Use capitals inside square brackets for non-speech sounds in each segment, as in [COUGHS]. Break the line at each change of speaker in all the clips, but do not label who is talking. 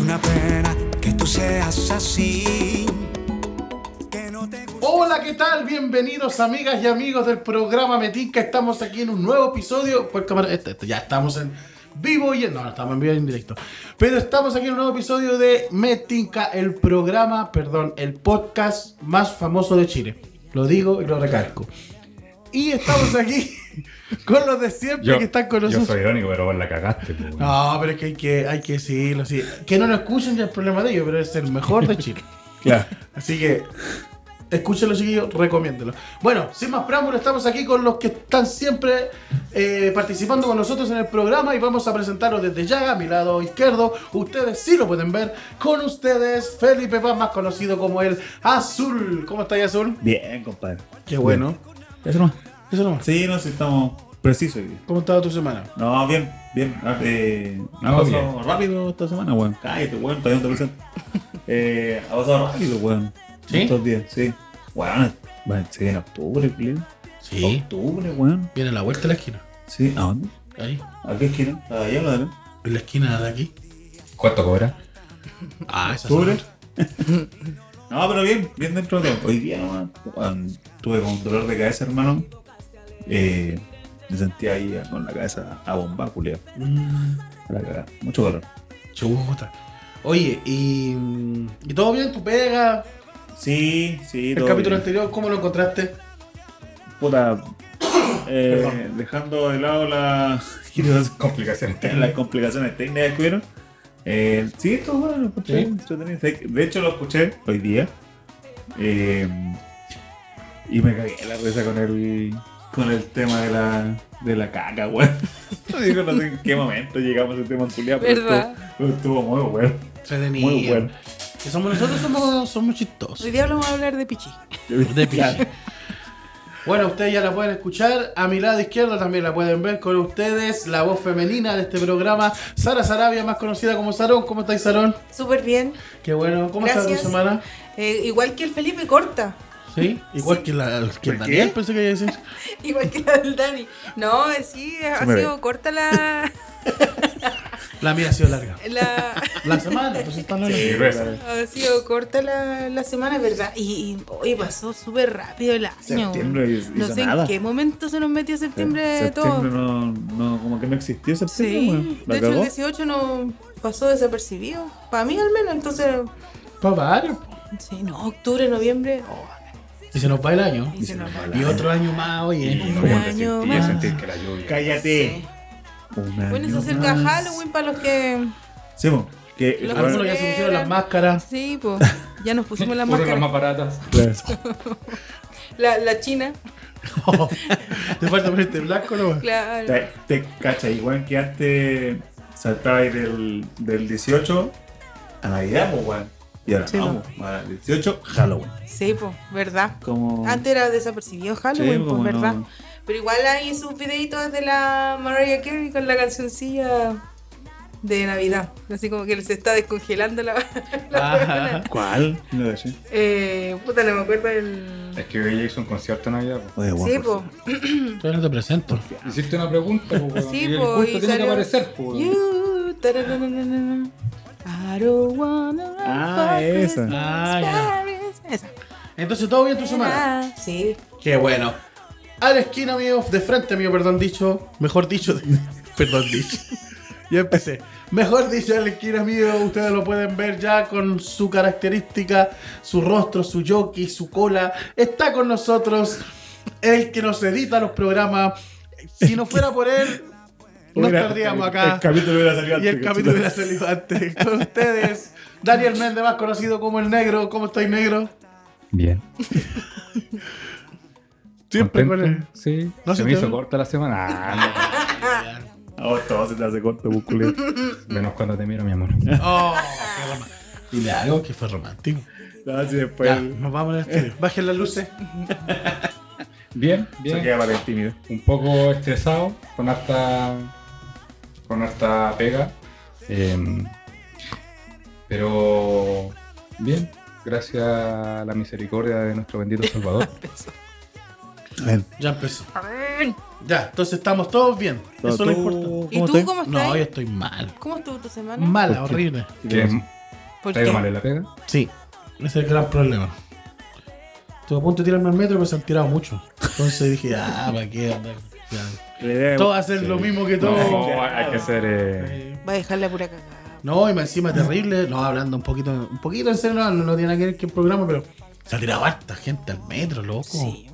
una pena que tú seas así. Que no te gusta-
Hola, ¿qué tal? Bienvenidos amigas y amigos del programa Metinca. Estamos aquí en un nuevo episodio. Pues cámara, este, este, ya estamos en vivo y en, no, no estamos en vivo y en directo. Pero estamos aquí en un nuevo episodio de Metinca, el programa, perdón, el podcast más famoso de Chile. Lo digo y lo recalco. Y
[LAUGHS]
estamos aquí con los de siempre que están con
yo
nosotros. Ah.
soy irónico, pero vos la cagaste. po, weón.
No, pero es que hay que, hay que decirlo así. Que no lo escuchen ya es problema de ellos, pero es el mejor de Chile.
Claro.
Así que escúchenlo, chiquillos, recomiéndelo. Bueno, sin más preámbulos, estamos aquí con los que están siempre eh, participando con nosotros en el programa y vamos a presentarlos desde ya, a mi lado izquierdo. Ustedes sí lo pueden ver con ustedes, Felipe Paz, más conocido como el Azul. ¿Cómo estáis, Azul?
Bien, compadre.
Qué bueno.
Eso nomás.
Eso nomás.
Sí, no, si estamos precisos hoy día.
¿Cómo ha estado tu semana?
No, bien, bien. Ah, Eh, ha
Ah,
pasado rápido esta semana, weón. Cállate, weón, todavía no te
[LAUGHS]
presento. Eh, ha pasado rápido, weón.
¿Sí?
Estos días, sí. Weón, bueno, sí, en octubre, Clint. Octubre, weón.
viene a la vuelta de la esquina.
Sí, ¿a dónde?
Ahí,
¿A qué esquina? ¿A allá o a la derecha?
en la esquina de aquí.
¿Cuánto cobra?
Ah, esa
¿Octubre?
semana.
no, pero bien, bien dentro de todo. Hoy día, weón, weón, tuve con dolor de cabeza, hermano. Eh, me sentía ahí con la cabeza a bomba, culiao.
Mm.
A la cagada. Mucho dolor.
Chuta. Oye, y, y todo bien, tu pega.
Sí, sí,
el
todo
capítulo
bien.
anterior, ¿cómo lo encontraste?
Puta, eh, dejando de lado la- [LAUGHS]
Complicaciones.
las complicaciones técnicas que hubieron. eh, sí, todo bueno, lo escuché,
Sí.
entretenido. Sé que- De hecho, lo escuché hoy día. eh, y me cagué la risa con el, con el tema de la, de la caca, weón. [LAUGHS] Digo, no sé en qué momento llegamos a ese tema en culiao, pero
¿Verdad?
estuvo- pero estuvo muy bueno.
Entretenido.
Muy bueno.
Que somos nosotros somos, somos
Hoy
chistosos.
día vamos a hablar de Pichi.
De pichi.
Claro.
Bueno, ustedes ya la pueden escuchar. A mi lado izquierdo también la pueden ver con ustedes. La voz femenina de este programa, Sara Sarabia, más conocida como Sarón. ¿Cómo estáis, Sarón?
Súper bien.
Qué bueno. ¿Cómo está tu
Gracias.
semana?
Eh, igual que el Felipe Corta. [LAUGHS]
Sí, igual que, la, que
¿Qué?
Daniel, pensé que iba a decir.
Igual que la del Dani. No, eh, sí, ha
Se me
sido corta la. [LAUGHS]
La mía ha sido larga.
la
La semana, pues, entonces están largas.
Sí, gruesa.
ha sido corta la, la semana, ¿verdad? Y, y hoy pasó súper rápido el año.
Septiembre y- y
No
hizo
sé
nada. Eh,
en qué momento se nos metió septiembre, todo.
Septiembre no, no, como que no existió septiembre, weón.
Sí,
La
de hecho el
cagó.
18 no pasó desapercibido. Para mí al menos, entonces.
Pa' varios.
Sí, no, octubre, noviembre. oh,
Y se nos va el año.
y se nos va.
Y otro año más, oye.
¿Cómo te
año
sentías?
más.
Sentir que la lluvia.
Cállate.
Sí.
Un
Bueno,
año
se acerca
más.
Halloween para los que.
Sí, mo, que
Los
ahora-
Algunos ya se pusieron las máscaras.
Sí, pues. Ya nos pusimos las
Usan las más
máscaras.
baratas.
La, la china.
Te falta ponerte blanco,
[LAUGHS]
¿no?
Claro.
te, te cacha, igual que antes saltabais del, del 18 a Navidad, pues, weón. Y ahora
Sí,
vamos, para el 18, Halloween.
Sí, pues, verdad.
Como.
Antes era desapercibido Halloween,
Sí,
pues,
como
verdad.
no.
Pero igual hay sus videitos de la Mariah Carey con la cancioncilla de Navidad. Así como que se está descongelando la. [LAUGHS]
Ajá.
¿Cuál? No lo sé.
Eh, puta, no me acuerdo el.
Es que ella hizo un concierto en Navidad. po.
Oye, weón,
Sí,
por
pues.
Todavía no te presento.
Hiciste una pregunta, po, weón,
Sí,
y el
po,
justo
y
tiene que
salió-
aparecer, po, weón.
You. tararararara, I don't wanna run
Ah,
for
esa.
Christmas,
Ah, ya.
Paris. Esa.
Entonces, ¿todo bien tu semana?
Sí.
Qué bueno. A la esquina mío, de frente mío, perdón dicho. Mejor dicho. de- [LAUGHS] perdón dicho. Ya empecé. Mejor dicho, a la esquina mío, ustedes lo pueden ver ya con su característica, su rostro, su jockey, su cola. Está con nosotros el que nos edita los programas. Si no fuera por él, no
Hubiera-
estaríamos acá.
El capítulo hubiera salido
Y el
antes, [LAUGHS]
capítulo
cacho.
hubiera salido antes. Con ustedes, Daniel Méndez, más conocido como El Negro. ¿Cómo estáis, Negro?
Bien.
Siempre con
Contento.
el...
Sí.
No
se
se
me
te
hizo
ve.
corta
[LAUGHS]
la semana. Ah,
A vos Oh, todo se te hace
[LAUGHS]
corto, musculero.
no. Menos cuando te miro, mi amor.
Oh, qué romántico. Dile algo que fue romántico.
No, si después.
Pues,
Ya, nos vamos al
eh.
estudio. Bajen las luces.
Bien,
Se
bien.
queda para el tímido.
Un poco estresado, con harta. con harta pega. Em, pero. bien. Gracias a la misericordia de nuestro [LAUGHS] bendito Salvador.
Ya empezó. Ya, entonces estamos todos bien. Eso es lo importante.
¿Y tú cómo estás?
No, yo estoy mal.
¿Cómo estuvo tu semana?
Mala,
¿Por qué?
horrible.
que
¿Por
¿Te ha ido
qué?
mal en la pega?
Sí, ese es el gran problema. Estuve a punto de tirarme al metro, pero se han tirado mucho. Entonces dije, ah, ¿para qué andar?
[LAUGHS]
Ya. Todos hacen lo mismo que todos.
No, hay que ser. eh,
Va a dejar la pura cagada.
No, y más encima terrible. No, hablando un poquito, un poquito en serio, no, no tiene nada que ver que el programa, pero se ha tirado harta gente al metro, loco.
Sí.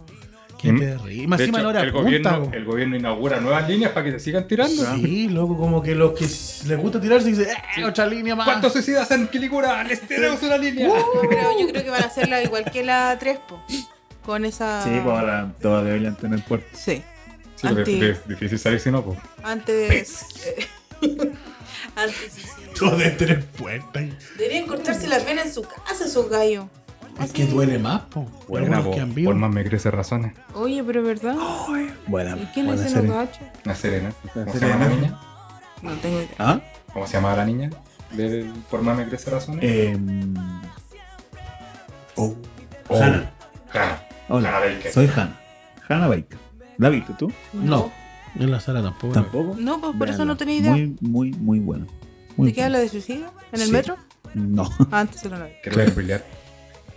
Qué
Mm.
terrible. Y más
de
encima
hecho,
no
el,
era punta.
gobierno,
po.
el gobierno inaugura nuevas líneas para que se sigan tirando.
Sí, loco, como que los que s- les gusta tirarse dicen, ¡eh! Otra línea más.
¿Cuántos suicidas en Quilicura? ¡Les tenemos una línea!
Uh,
Pero yo creo que van a hacerla igual que la 3, po. Con esa.
Sí, pues ahora todos deberían tener puerta.
Sí.
Sí,
Anti-
porque es es difícil salir si no, pues.
Antes. eh, [LAUGHS] Antes sí, sí.
[LAUGHS] Todo de tres puertas.
Deberían cortarse las venas en su casa, esos gallos.
Es que duele más, po.
Buena, po.
que
por más me crece razones.
Oye, pero es verdad.
Ah, Buena,
¿Y quién es el
serie.
gacho?
La Serena. ¿Cómo se
Serena.
llama la niña?
No tengo idea.
¿Ah?
¿Cómo se llama la niña? Del Por más me crece razones.
Em, oh,
Oh,
Hannah.
Hannah.
Hola,
Hannah Ah, Baker.
soy Hannah. Hannah Baker. ¿La viste tú?
No, en la sala tampoco.
¿Tampoco?
No, pues por eso
Véanla.
no tenía idea.
Muy, muy, muy bueno. Muy
¿De qué
bueno.
habla de suicidio? ¿En el
Sí.
metro?
No.
Ah, antes se lo vi.
¿Quieres voy a spoilear?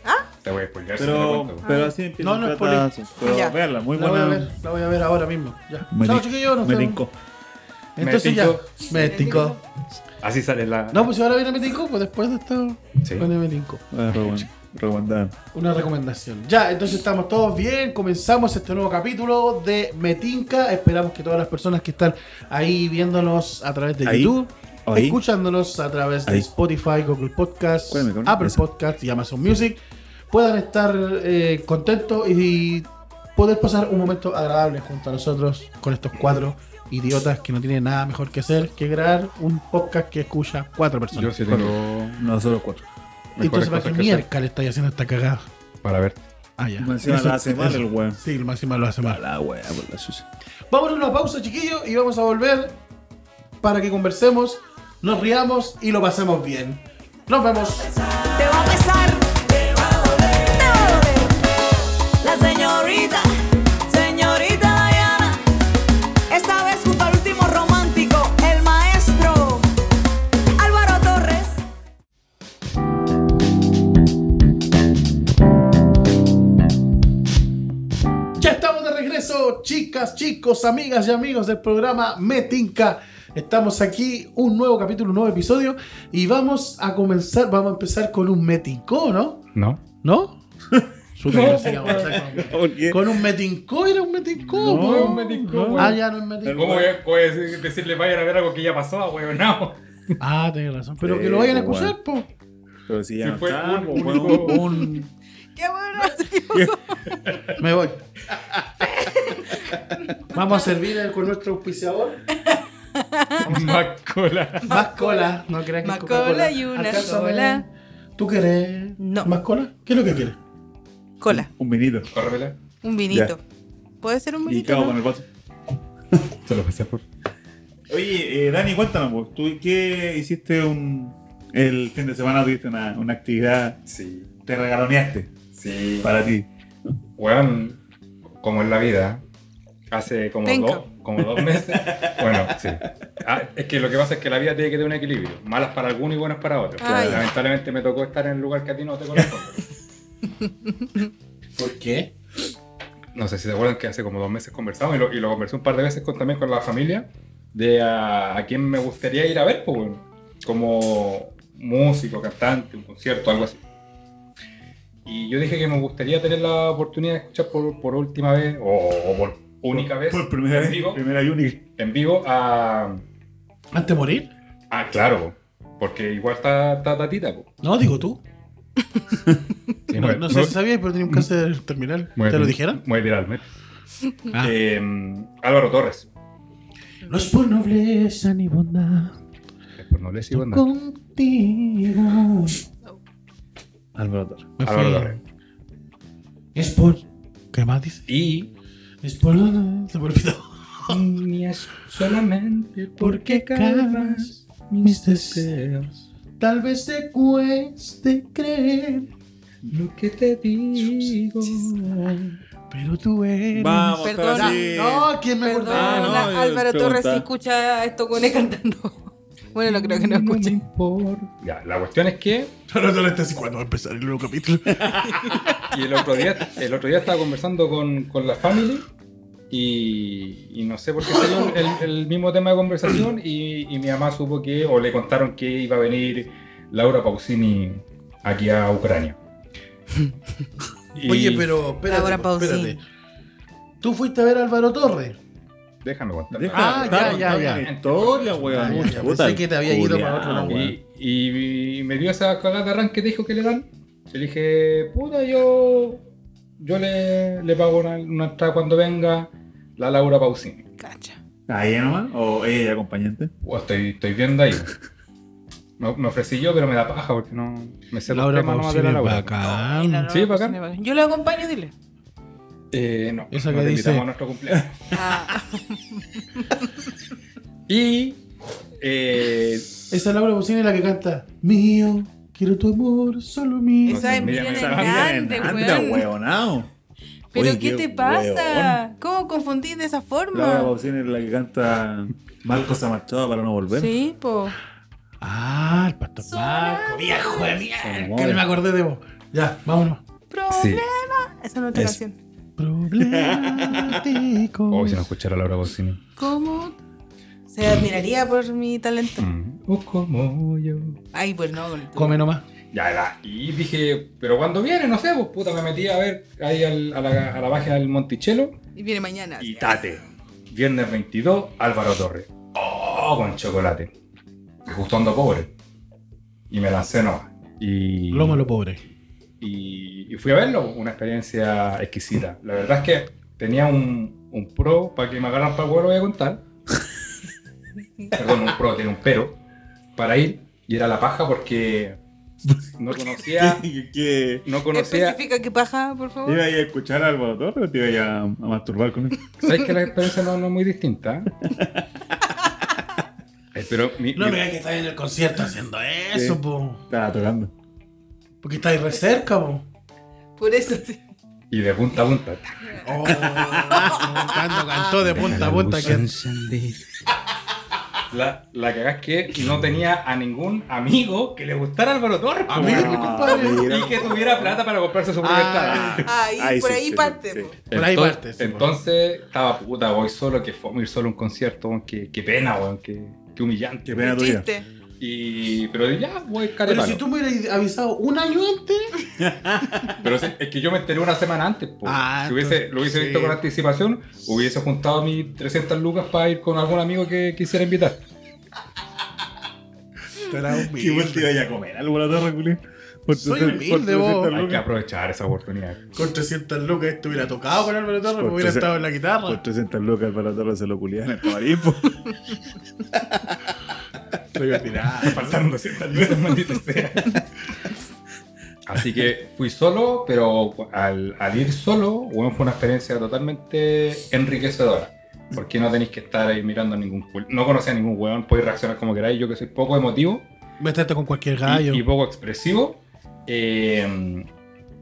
¿Ah? Te voy a spoilear. si te lo
[LAUGHS] Pero,
cuento.
pero así empieza.
No, no es
trata-
poli-
Pero
Ya.
véanla, muy
La voy a ver,
buena.
la voy a ver ahora mismo. Ya.
Me
Chao,
tin-
chiquillos, nos
Me
vemos.
tincó.
Entonces
Me
ya.
tincó.
Me tincó.
Así sale la.
No, pues si ahora viene me tincó, pues después de esto.
Sí.
Viene me tincó.
Ah, re buena, re buena.
Una recomendación. Ya, entonces estamos todos bien. Comenzamos este nuevo capítulo de Metinca. Esperamos que todas las personas que están ahí viéndonos a través de
Ahí.
YouTube,
Ahí.
escuchándonos a través de
Ahí.
Spotify, Google Podcast,
Cuéntame, cabrón.
Apple
Eso.
Podcast y Amazon Music, puedan estar eh, contentos y poder pasar un momento agradable junto a nosotros con estos cuatro idiotas que no tienen nada mejor que hacer que grabar un podcast que escucha cuatro
Yo
personas.
sí tengo.
Nosotros cuatro.
Entonces,
mejores
¿para qué
cosas que hacer
miércoles estáis haciendo esta cagada?
Para ver.
Ah, ya.
Encima
Eso-
la hace mal
eso-
el weón.
Sí, el máximo lo hace
A
mal.
la wea por la sucia.
Vamos a una pausa, chiquillos, y vamos a volver para que conversemos, nos riamos y lo pasemos bien. Nos vemos.
Te va a pesar, te va a doler, te va a doler. La señorita, señorita Diana, esta vez junto al último romántico, el maestro Álvaro Torres.
Ya estamos de regreso, chicas, chicos, amigas y amigos del programa Metinca. Estamos aquí, un nuevo capítulo, un nuevo episodio, y vamos a comenzar, vamos a empezar con un metincó, ¿no?
¿No?
¿No? [LAUGHS] Supe que pensé que íbamos a [LAUGHS] empezar con un metincó.
¿Por qué?
Con un metincó, era un metincó.
No,
po.
un
metincó,
Ah,
weón.
ya no es metincó.
¿Cómo voy a, voy a decir- decirle vayan a ver algo que ya pasó, weón? No.
Ah, tenés razón. Pero
Sí,
que lo vayan a
pues,
escuchar, po.
Pero si ya
Se
no
fue
está, pues,
un-
po,
un- [LAUGHS]
weón, un-
Qué bueno.
[LAUGHS]
Me voy. Vamos a servir con nuestro auspiciador.
Macola.
Más cola. No creas que
Más
es Coca-Cola.
cola y una
Alcánzame.
sola.
¿Tú querés
No.
más cola? ¿Qué es lo que quieres?
Cola,
un vinito.
Córrela.
un vinito. ¿Puede ser un
Y
vinito?
cago
no?
con el vaso.
Se lo pasé por.
Oye, eh, Dani, cuéntame, po, ¿tú qué hiciste un. El fin de semana tuviste una, una actividad,
Sí.
te regaloneaste
Sí.
para ti.
Weón, como en la vida, hace como,
Penca.
dos, como dos meses.
[LAUGHS]
bueno, sí. Ah, es que lo que pasa es que la vida tiene que tener un equilibrio. Malas para algunos y buenas para otros.
Ah, ya.
Lamentablemente me tocó estar en el lugar que a ti no te corresponde.
¿Por qué?
no sé si se acuerdan que hace como dos meses conversamos y lo, y lo conversé un par de veces con, también con la familia de a, a quién me gustaría ir a ver, pues, bueno, como músico, cantante, un concierto, algo así. Y yo dije que me gustaría tener la oportunidad de escuchar por, por última vez o, o por única vez
Por primera
en
vez,
vivo,
primera y única.
en vivo a...
¿Antes de morir?
Ah, claro, porque igual está, está tatita, pues.
No, digo tú.
Sí,
no,
bueno,
no sé si sabías, pero tenía un cáncer terminal.
voy a-
¿Te lo dijeron?
Voy a tirar al metro.
Ah.
Eh, Álvaro Torres.
No es por nobleza ni bondad.
Por no le sigo andando.
Contigo.
Álvaro Torres.
Me fui.
Álvaro Torres.
Es por. ¿Qué más dice?
Y
Es por. Se me olvidó.
Ni es solamente
porque calmas mis deseos. Tal vez te cueste creer
lo que te digo.
Pero tú eres.
Vamos,
Perdona.
Tati.
No, ¿quién me
Perdón,
acordaba?
Ah, no, yo
Álvaro
preguntaba.
Torres sí escucha a estos cones cantando. Bueno, no creo que no escuchen.
Ya, la cuestión es que
No, no, no, este sí, ¿cuándo va a empezar el nuevo capítulo?
Y el otro día, el otro día estaba conversando con, con la family y, y no sé por qué salió el, el mismo tema de conversación y, y mi mamá supo que, o le contaron que iba a venir Laura Pausini aquí a Ucrania. Y-
Oye, pero espérate,
Laura
pues,
Pausini.
espérate. Tú fuiste a ver a Álvaro Torres.
Déjame contar.
Ah, ya, ya, ya.
Historia,
Ah,
weón.
ya, ya.
Puta,
Pensé que te había ido para otro lado,
culiao,
weón.
Y, y me dio esa cagada de arranque que te dijo que le dan. Le dije, puta, yo, yo le, le pago una, una entrada cuando venga la Laura Pausini.
Cacha.
¿Ah, ella nomás? ¿O ella acompañante?
Buah, estoy, estoy viendo ahí. Me, me ofrecí yo, pero me da paja porque no me sé los temas nomás de la Laura.
Y la Laura
Sí, bacán.
Pausini, Yo la acompaño, dile.
Eh, no,
Esa
no
que
te
dice-
invitamos a nuestro cumpleaños.
Ah,
Y eh,
Esa Laura Pausini es la que canta Mío, quiero tu amor, solo mío.
esa es
mira,
Miriam
mira,
Hernández, weón.
weonao.
¿Pero
Oye,
qué te pasa? ¿Cómo confundís de esa
hueón. Laura
forma?
Pausini es la que canta Marcos Amachado para no volver.
Sí, po.
Ah, el pastor
Solo
Marco, viejo de mierda. Que
amor.
no me acordé de vos. Ya, vámonos.
sí.
Problema. Esa no es otra
Eso.
canción.
[LAUGHS] Problemático.
Oh, si no escuchara Laura Pausini.
¿Cómo? Se admiraría por mi talento.
Mm. Oh, como yo.
Ay, pues no. con el-
Come nomás.
Ya era. Y dije, pero cuando viene, no sé, pues puta, me metí a ver ahí al- a, la, a la página del Monticello.
Y viene mañana.
Y tate. Viernes 22, Álvaro Torres. Oh, con chocolate. Gustando pobre. Y me lancé nomás. Y.
Loma lo pobre.
y, y fui a verlo, una experiencia exquisita. La verdad es que tenía un, un pro, para que me agarran para el huevo lo voy a contar. Perdón, un pro, tenía un pero, para ir, y era la paja porque no conocía,
¿Qué- qué?
no conocía...
Especifica qué paja, por
¿Te iba
favor.
a ir a escuchar a Álvaro Torres o te iba a ir a, a masturbar con él?
¿Sabes que la experiencia no, no es muy distinta? Eh, Pero mi-
No
mi-
me digas que estás en el concierto haciendo eso,
Sí.
po.
Estaba tocando.
Porque estáis re cerca, po.
Por eso. sí.
y de punta a punta.
Oh, [LAUGHS] cantando, cantó de punta a punta. Que...
La, la cagá es que no tenía a ningún amigo que le gustara Álvaro Torres.
A
po,
mí,
weón.
compadre.
y que tuviera plata para comprarse su propia entrada.
Ahí,
Ahí
por
sí,
ahí
sí,
parte.
sí.
po.
Ah, Por ahí
Entonces-
parte, sí,
entonces estaba puta, voy solo, que fome ir solo a un concierto, weón, que, que pena, weón, que, que humillante.
Qué pena tu vida.
Chiste.
Y, pero ya, voy
Pero
carepalo.
si tú me hubieras avisado un año antes.
Pero si- es que yo me enteré una semana antes. po.
Ah,
si hubiese,
entonces,
lo hubiese
sí.
visto con anticipación, hubiese juntado mis 300 lucas para ir con algún amigo que quisiera invitar.
¿Qué buen te iba a comer Álvaro Torres, Julián?
Soy humilde, vos.
Hay que aprovechar esa oportunidad.
Con 300 lucas esto hubiera tocado con Álvaro Torres, me
Por
hubiera
300
estado en la guitarra.
Por 300 lucas Álvaro Torres se lo culiaban en el camarín, po.
Faltando 200 lucas, maldita sea. Así que fui solo, pero al, al ir solo, bueno, fue una experiencia totalmente enriquecedora. Porque no tenéis que estar ahí mirando a ningún cul- No conocía a ningún weón, podéis reaccionar como queráis. Yo que soy poco emotivo
Meterte con cualquier gallo.
y, y poco expresivo, eh,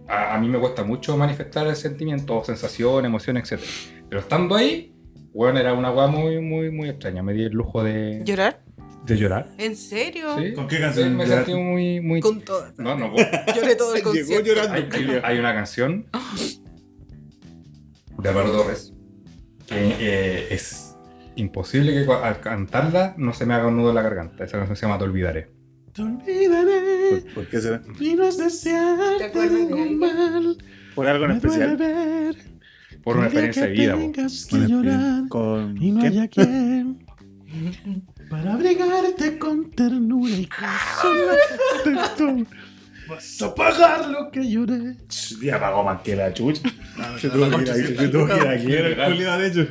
a, a mí me cuesta mucho manifestar sentimientos, sensación, emoción, etc. Pero estando ahí, weón, era una weá muy, muy, muy extraña. Me di el lujo de,
¿Llorar?
de llorar.
¿En serio?
Sí.
¿Con qué canción
Me
lloraste?
sentí muy, muy
Con todas.
no,
[LAUGHS]
no puedo.
Lloré todo el concierto.
Hay, hay- hay una canción de Álvaro Torres que eh, es imposible que cua- al cantarla no se me haga un nudo en la garganta. Esa canción se llama Te olvidaré.
Te olvidaré.
¿Por- ¿Por qué será?
Y no es
¿Te
desearte
acuerdas de
ningún
algo?
mal.
¿Por algo en
Me duele
especial?
ver
Por una
el día
experiencia de
que
vida. po.
tengas que
Con el-
llorar
Con.
y no
¿Qué?
haya quien
[LAUGHS]
para abrigarte con ternura y consolarte tú. Vas a pagar lo que lloré.
Ya pagó más que la chucha. Ah, Se
no,
tuvo
no,
que ir aquí,
no,
se tuvo que ir
no, [LAUGHS]
aquí. Era el culiao, de hecho.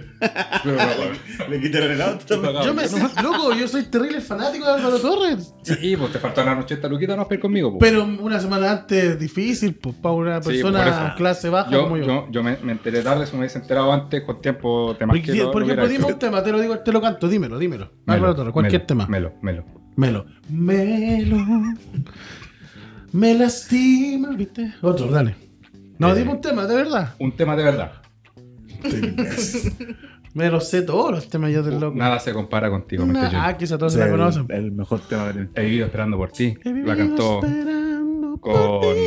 Pero, bueno,
Le quitaron el auto.
chupa,
Yo
cabrón.
me siento loco, yo soy terrible fanático de Álvaro Torres.
Sí, pues te faltan las 80 luquitas, no vas a ir conmigo. pues. po.
Pero una semana antes difícil, pues para una
Sí, por
persona
eso.
clase baja
yo,
como yo.
yo- yo me, me enteré tarde, si me hubiese enterado antes con tiempo de
Porque, por ejemplo, dime un tema, te lo digo, te lo canto, dímelo, dímelo. Álvaro Torres, cualquier tema.
Melo, melo.
Melo. Melo. Me lastima, ¿viste? Otro, dale. No,
Eh.
dime un tema, de verdad.
[LAUGHS]
Un tema de verdad.
Me los sé todos los temas yo del loco.
Nada se compara contigo,
Nah,
Mr. Jones.
ah, quizá todos
O sea,
la conocen.
el, el mejor tema del
He vivido esperando por ti.
He
eh, La cantó
vivido esperando por
con,
ti.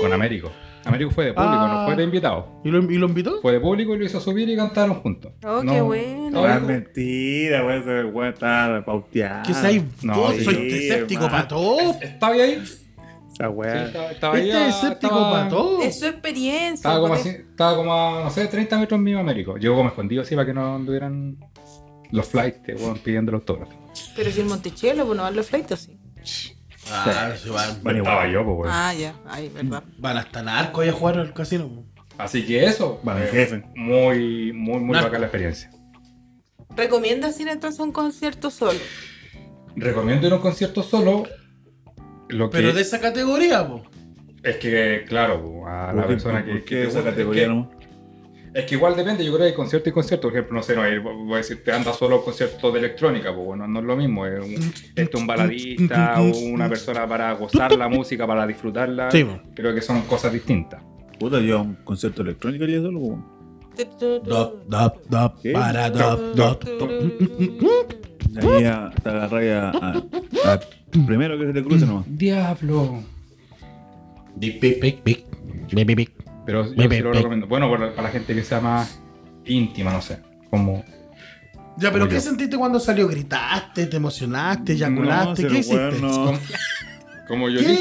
con Américo. Américo fue de público,
Ah.
no fue de invitado.
¿Y lo, y lo invitó?
Fue de público y lo hizo subir y cantaron juntos.
Oh,
No-
qué bueno.
no,
No, es Ah, mentira, güey. Ese güey está pauteado.
Quizá hay
Ah, No,
dos.
sí,
Soy este escéptico
hermano.
para todo.
¿Estaba ahí? Sí,
Esa güey.
estaba, estaba ahí.
Este
ah,
es escéptico
estaba-
para todo.
Es su experiencia.
Estaba como,
porque-
así, estaba como a, no sé, 30 metros mío Américo. Llegó como escondido así para que no anduvieran los flights weón, pidiendo el autógrafo.
Pero si el Monticello, pues no van los flights, sí.
Ah, sí, van,
Bueno,
Estaba
igual.
yo, pues, weón.
Ah, ya, ay, verdad.
van hasta narco ahí a jugar al casino. po.
Así que eso.
Bueno,
eh,
jefe.
Muy, muy, muy
Narco.
bacán la experiencia.
¿Recomiendas ir entonces a un concierto solo?
Recomiendo ir a un concierto solo. Lo que
Pero de esa categoría, po.
es que, claro, po, a la
¿Por qué-
persona que,
por
que
qué
te
esa
gusta, es
categoría
que-
no?
Es que igual depende, yo creo que hay concierto y concierto. Por ejemplo, no sé, no, hay- voy a decir, te anda solo a un concierto de electrónica, pues bueno, no es lo mismo. Es un, este, un baladista o una persona para gozar la música, para disfrutarla.
Sí, po.
Creo que son cosas distintas.
Puta, yo a un concierto electrónico iría solo, güey.
Dop, dop, dop,
¿Qué?
para, dop, dop, dop.
Ahí a- te agarráis a, a- a- primero que se te cruce nomás.
Diablo.
Dic, pic, pic, pic. Pic, pic, pic.
Pero yo
Ve,
sí
ve,
lo
ve.
recomiendo. Bueno, para, para la gente que sea más íntima, no sé. Como.
Ya, pero
Como
¿qué
yo.
sentiste cuando salió? ¿Gritaste? ¿Te emocionaste?
No,
¿Eyaculaste?
si
¿Qué
el weón
hiciste? [LAUGHS]
no-
Como yo dije.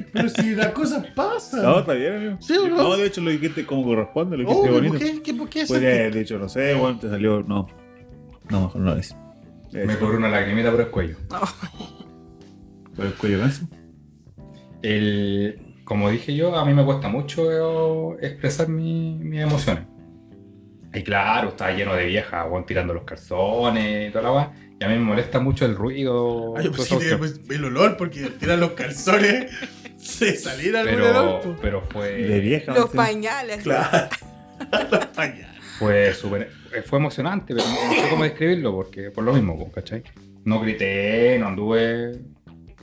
¿Qué? Pero si las cosas pasan.
No, está bien, amigo.
¿Sí o no?
de hecho lo dijiste como corresponde, lo dijiste
Obvio,
bonito.
¿por qué? ¿Qué- ¿Por qué
Podría
sentiste?
haber dicho, no sé, weón, te salió. No. No, mejor no lo es.
Me corrió una lagrimita por el cuello.
Por el cuello ganso.
El, como dije yo, a mí me cuesta mucho eh, expresar mi- mis emociones. Y claro, estaba lleno de viejas, weón, tirando los calzones y toda la weá. Y a mí me molesta mucho el ruido.
Ay, yo
toda
pensé
esa
que tenía,
cuestión.
pues, el olor porque tiran los calzones. [LAUGHS] Se saliera algún olor.
pero,
po.
pero fue.
De vieja.
Los
sí.
pañales.
Claro. [LAUGHS] Los pañales.
Fue súper- eh, fue emocionante, pero no sé cómo describirlo, porque por lo mismo, po, ¿cachai? No grité, no anduve.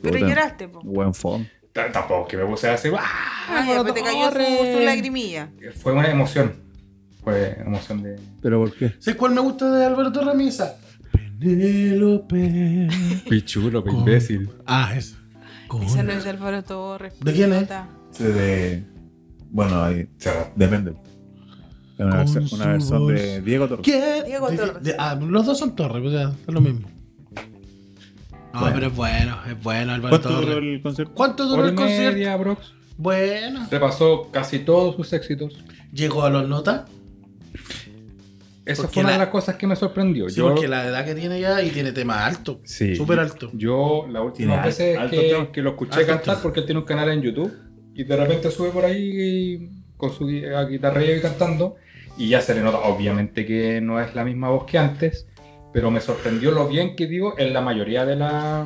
Pero
Puta.
lloraste, po.
Buen fondo.
t- Tampoco que me puse a hacer. ¡ah!
Ah, ya, pues te cayó su, su lagrimilla.
Fue una emoción. Fue emoción de.
¿Pero por qué?
¿Sabes cuál me gusta de Alberto Ramisa? Penélope.
Pichulo,
Con- imbécil. Ah, eso.
Esa no es de Álvaro Torres.
¿De quién es?
Se de- Bueno, ahí depende. Es Una,
Con
versa- una
su
versión de
voz.
Diego Torres.
¿Qué?
Diego
¿De-
Torres.
de- ah, los dos son Torres, o sea, es lo mismo. No,
Bueno.
Ah, pero es bueno, es bueno Alberto
¿Cuánto
Torres.
duró el concierto?
¿Cuánto duró
Hora
el
y
concierto?
media, aprox.
Bueno,
Repasó casi todos sus éxitos.
llegó a los notas.
Esa
Porque
fue una
la-
de las cosas que me sorprendió.
Sí,
Pues yo,
porque la edad que tiene ya y tiene tema alto.
Sí.
Súper alto.
yo la última
Tiene
vez
alto
que,
tema.
que lo escuché
Alto
cantar
tema.
porque él tiene un canal en YouTube y de repente sube por ahí y- con su gui- a guitarrilla y cantando y ya se le nota, obviamente que no es la misma voz que antes, pero me sorprendió lo bien que digo en la mayoría de, la,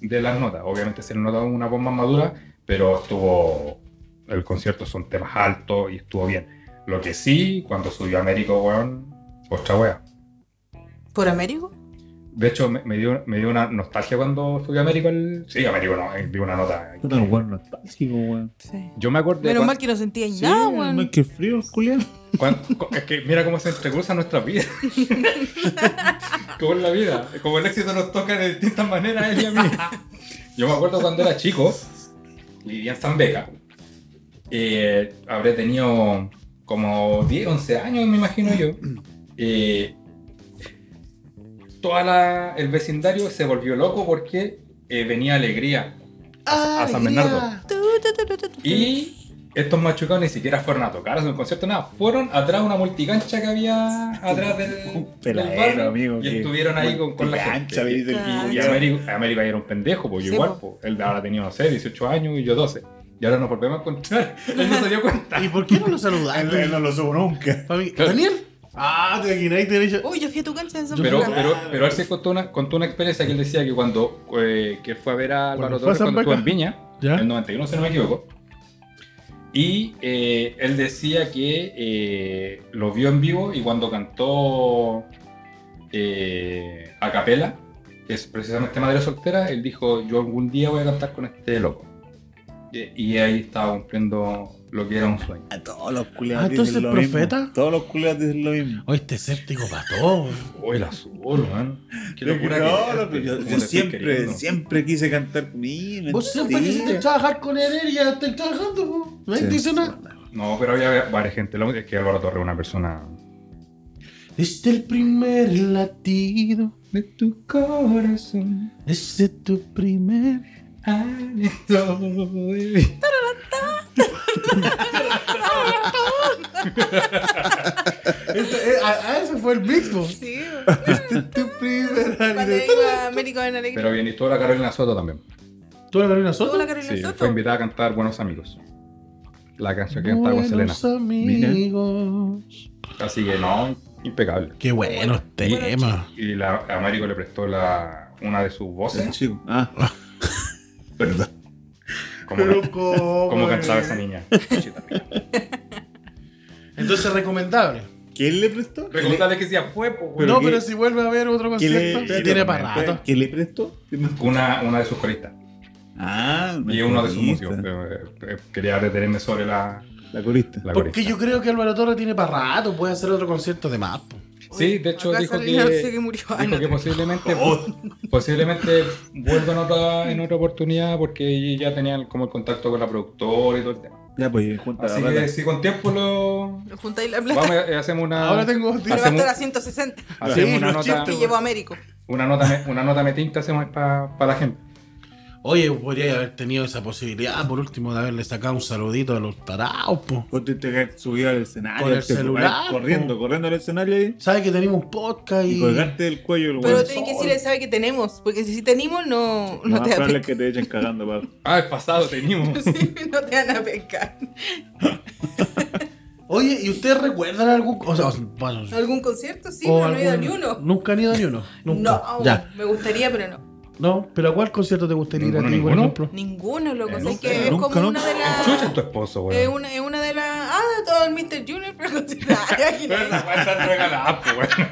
de las notas. Obviamente se le nota una voz más madura, pero estuvo el concierto son temas altos y estuvo bien. Lo que sí, cuando subió Américo, weón, otra wea.
¿Por Américo?
De hecho, me, me dio, me dio una nostalgia cuando subió Américo el. Sí, Américo no, eh, vi una nota.
Puta, el weón nostálgico, weón.
Sí.
Yo me acordé.
Menos
cuan-
mal que no sentía
Sí,
nada,
no,
weón.
que frío, Julián.
cuan- cu- es que mira cómo se entrecruzan nuestras vidas. como en la vida. Como el éxito nos toca de distintas maneras a él y a mí. Yo me acuerdo cuando era chico, vivía en San Beca. Eh, habré tenido como 10, 11 años, me imagino yo. Eh, toda la- el vecindario se volvió loco porque eh, venía alegría. a
Ah,
San
Alegría.
Bernardo.
Tu, tu, tu, tu, tu, tu.
Y estos machucados ni siquiera fueron a tocar a un concierto, nada. Fueron atrás de una multicancha que había atrás [LAUGHS] del.
Un
del
peladero,
barrio
amigo.
Y
que-
estuvieron ahí con, con la
Cancha,
gente.
viste,
Claro.
Y,
ya-
Américo, Américo ahí era un pendejo, pues yo
Sí,
igual, po. Él ahora tenía, no sé, 18 años y yo 12. Y ahora nos volvemos a encontrar. [LAUGHS] Él no se dio cuenta.
¿Y por qué no lo
[LAUGHS]
Él, él no
saludaste?
lo subo nunca.
Pa' mí- ¿Daniel? Ah, te imaginas, te he dicho.
Uy, yo fui a tu cancha en San
Pero,
Fernando.
pero, pero él se contó una, contó una experiencia que él decía que cuando eh, que él fue a ver a
Cuando
Álvaro
fue a
Torres
San
cuando estuvo
Beca.
en Viña,
¿Ya?
¿Eh?
en el 91, si no me equivoco. Y eh, él decía que eh, lo vio en vivo y cuando cantó eh, a capela, que es precisamente Madre Soltera, él dijo, yo algún día voy a cantar con este loco. Y, y ahí estaba cumpliendo lo que era un sueño.
Todos los culiados
Ah, entonces
dicen lo
el profeta.
mismo. Todos los culiados dicen lo mismo.
Oye, este escéptico para todo. weón.
Uy, el azul, man. Qué locura
No,
que
no, pero yo,
¿Cómo
yo
te estoy
siempre,
queriendo?
siempre quise cantar con él.
Vos siempre quisiste trabajar con Heredia, estoy trabajando, po. ¿no? te dice nada.
No, pero había varias gente. La única es que Álvaro Torres es una persona.
Desde Este el primer latido,
De tu corazón.
desde tu primer.
Ah, [LAUGHS]
Este, eh, a, a ese fue el
[LAUGHS]
mismo.
[LAUGHS] Sí,
Desde tu primer
cuando
latido.
iba a América en Alegría.
Pero bien, y toda la Carolina Soto también.
¿Tú la Carolina
Toda
Soto?
la Carolina
Sí,
Soto.
fue invitada a cantar Buenos Amigos. La canción que cantaba con Selena.
Buenos amigos.
Así que no, impecable.
Qué buenos temas.
Y la, a Américo le prestó la, una de sus voces.
Chico. Ah, [LAUGHS] perdón.
Como,
cómo.
[LAUGHS] como
eh.
cantaba esa niña.
Entonces, recomendable.
¿Quién le prestó?
Preguntarle que si ya fue, po, güey.
no,
qué-
pero si vuelve a haber otro
¿Quién
concierto,
le,
usted tiene para rato.
¿Quién le prestó? ¿Quién me-
Una, una de sus coristas.
Ah,
Y es uno de sus
corista.
músicos. pero, eh, eh, Quería detenerme sobre la,
La corista.
la corista.
Porque yo creo que Álvaro Torres tiene para rato, puede hacer otro concierto de más. po.
Sí, de hecho
Acá
dijo
sale
que,
[LAUGHS] Nancy que murió. Ah,
dijo
no.
que posiblemente, posiblemente vuelva en otra, en otra oportunidad porque ya tenían como el contacto con la productora y todo el tema.
Ya, pues, junta la
Así
plata.
que si con tiempo lo
Juntáis la plata. [LAUGHS]
vamos y hacemos una
Ahora tengo.
Pero va a
hacemos-
estar a 160.
hacemos
Sí,
una
los
nota
Que
chistes,
llevó a Américo.
una nota me- una nota metinta hacemos para la gente.
Oye, podría haber tenido esa posibilidad, por último, de haberle sacado un saludito a los tarados, po.
Vos tuviste que subido al escenario.
Con el
te-
celular,
ahí, Corriendo,
po.
corriendo al escenario ahí,
¿Sabes que tenemos un podcast
y
y.
colgarte del cuello el
Pero
weón.
tenés que decirle, sabe que tenemos. Porque si tenemos, no,
Lo
no,
más
te, van
probable
a [LAUGHS]
es que te echen cagando, pa.
Ah, el pasado teníamos.
pescar. no te van a pescar.
Oye, ¿y ustedes recuerdan algún. O sea, bueno,
¿Algún concierto? Sí,
o
pero no he ido a
algún-
ni uno.
Nunca han ido a ni uno. Nunca.
No,
Ya.
me gustaría, pero no.
No, pero ¿a cuál concierto te gustaría ir a ti,
Ninguno,
por
ninguno.
ejemplo?
Ninguno, loco.
Eh,
Sé
nunca,
que es
nunca,
como
nunca.
una de las.
Chucha es tu esposo,
Es
weón.
una, es una de las. Ah, todo el Mr. Junior, pero [LAUGHS]
[LAUGHS]
con
Pero esa weá está regalada, po, weón.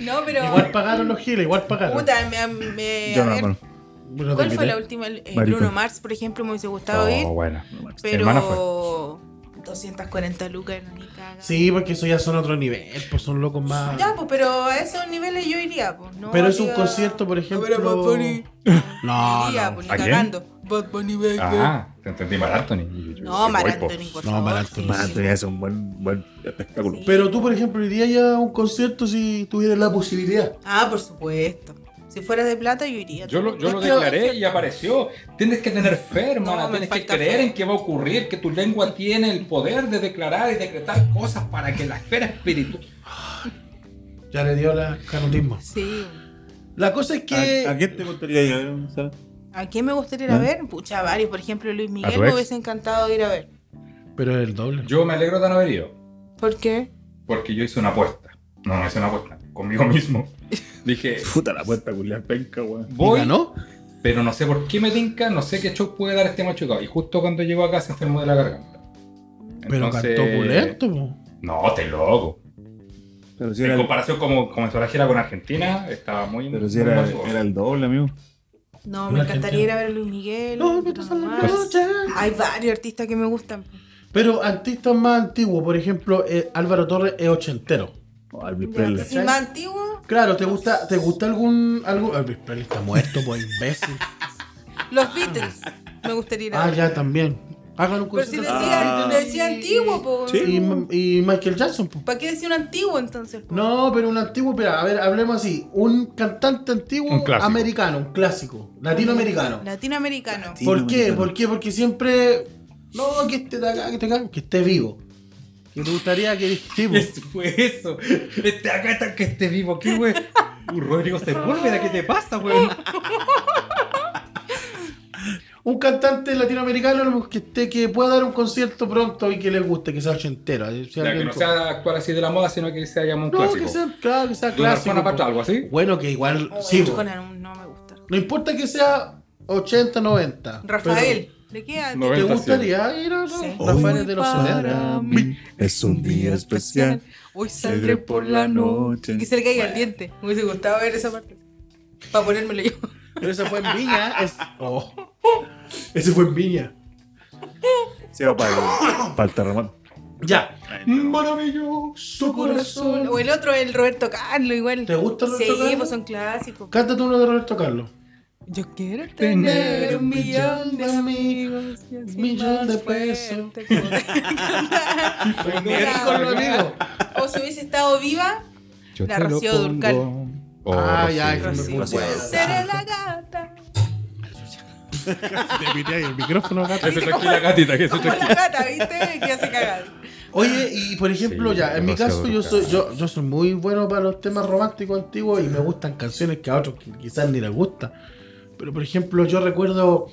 No, pero.
Igual pagaron los giles, igual pagaron.
Puta, me. me-
Yo
a
no
ver,
la conozco.
Bueno, te
¿Cuál
invité.
fue la última? El, el
Maricón.
Bruno Mars, por ejemplo, me hubiese gustado ir.
Oh, bueno. hermana
Pero 240 lucas no ni caga.
Sí, porque eso ya son otro nivel, pues son locos más.
Ya, pues, pero a esos niveles yo iría, pues. No
Pero es un
iría-
concierto, por ejemplo-
A ver, a Bad Bunny.
[LAUGHS] No,
Iría,
no.
pues,
¿A
ni
quién?
cagando. Bad Bunny, baby.
Ah, te entendí mal, Anthony. Yo- yo-
No,
yo
Mar
voy, pues. po.
Anthony, por
No,
favor.
Mar Anthony.
sí.
Más, todavía es un buen, buen espectáculo.
Sí.
Pero tú, por ejemplo, irías ya a un concierto si tuvieras la posibilidad.
Ah, por supuesto. Si fuera de plata, yo iría.
Yo lo, yo lo
Es que-
declaré y apareció. Tienes que tener fe, hermana.
No, me
Tienes que
falta
creer
fe.
en que va a ocurrir, que tu lengua tiene el poder de declarar y decretar cosas para que la esfera espiritual.
Ya le dio la canotismo.
Sí.
La cosa es que.
¿A, a quién te gustaría ir a ver, Sara?
¿A quién me gustaría
¿Mm?
ir a ver? Pucha, varios. Por ejemplo, Luis
¿A
Miguel
tu
me
ex?
hubiese encantado ir a ver.
Pero es el doble.
Yo me alegro de no haber ido,
¿Por qué?
porque yo hice una apuesta. No, no hice una apuesta, conmigo mismo. [LAUGHS] Dije,
Puta la puerta, culiar penca, weón.
voy,
¿no?
pero no sé por qué me tinca, no sé qué show puede dar este machucado. Y justo cuando llegó acá se enfermó de la garganta.
Pero
Entonces-
cantó opulento, po.
No, te loco.
Pero si era,
En
el,
comparación como comenzó la gira con Argentina, estaba muy...
pero si
muy
era,
masudo.
era el doble, amigo.
No,
Una
me encantaría
Argentina.
ir a ver a Luis Miguel.
No,
Bruno
me pasa la
Mars.
noche.
Hay varios artistas que me gustan.
Pero artistas más antiguos, por ejemplo, eh, Álvaro Torres es ochentero.
Oh, Elvis
Ya,
Presley.
entonces,
¿cachai?
más antiguo,
Claro, ¿te gusta, te gusta algún, algún. Elvis Presley está muerto, pues
[LAUGHS]
imbécil.
los Beatles. Me gustaría ir a
Ah,
ver.
ya también. Hagan un
Pero si
concierto.
decía,
Ah.
le decía antiguo, po.
Sí.
y, y Michael Jackson, po.
¿Para qué decía un antiguo entonces? po?
No, pero un antiguo, espera, a ver, hablemos así. Un cantante antiguo
Un clásico.
americano, un clásico, latinoamericano.
Latinoamericano.
Sí.
¿Por qué?
Latinoamericano.
¿Por qué? Porque siempre. No, que esté de acá, que esté acá, que esté vivo. Que te gustaría que
[LAUGHS]
tipo.
[LAUGHS] ¿Qué fue eso? Este acá está que esté vivo aquí, güey. Uh, Rodrigo Sepúlveda, ¿qué te pasa, güey?
[LAUGHS] Un cantante latinoamericano que esté, que pueda dar un concierto pronto y que les guste, que sea ochentero. eh, si
O sea, que
alguien-
no sea actual así de la moda, sino que sea ya un
No,
clásico.
que sea, claro, que sea
De una
clásico. pues.
Arjona
po.
Pata, algo así.
Bueno, que igual.
Oh,
sí, po.
Arjona no, no me gusta.
No importa que sea 80, 90.
Rafael. ¿De qué edad?
pero,
No.
¿Te gustaría ir a los
Sí.
Rafael
Hoy
de los
para
70?
mí
Es un día especial.
Hoy saldré por la noche. Que se le caiga el diente. Me hubiese gustado ver esa parte. Para ponérmelo yo.
[LAUGHS] Pero ese fue en Viña. Es... Oh. Ese fue en Viña.
demasiado [COUGHS] para el terremoto.
Ya.
Maravilloso
O el otro, el Roberto Carlos, igual.
¿Te gusta Roberto
Sí,
Carlos?
pues son clásicos.
Cántate uno de Roberto Carlos.
Yo quiero
Tener un millón de amigos,
y así
millón
más
de pesos.
fuerte
[LAUGHS]
[LAUGHS] con- O si hubiese estado viva, La Rocío Dúrcal.
Oh,
Ah, ya,
es
es muy
Rocío.
bueno.
seré la gata.
Le pité ahí el micrófono acá.
Que se tranquila, gatita, que se
Como
tranquila.
la gata, ¿viste? Que hace cagar.
Oye, y por ejemplo,
Sí,
ya, en mi
demasiado
caso yo
educado.
soy, yo, yo soy muy bueno para los temas románticos antiguos y me gustan canciones que a otros qui- quizás ni les gustan. Pero por ejemplo, yo recuerdo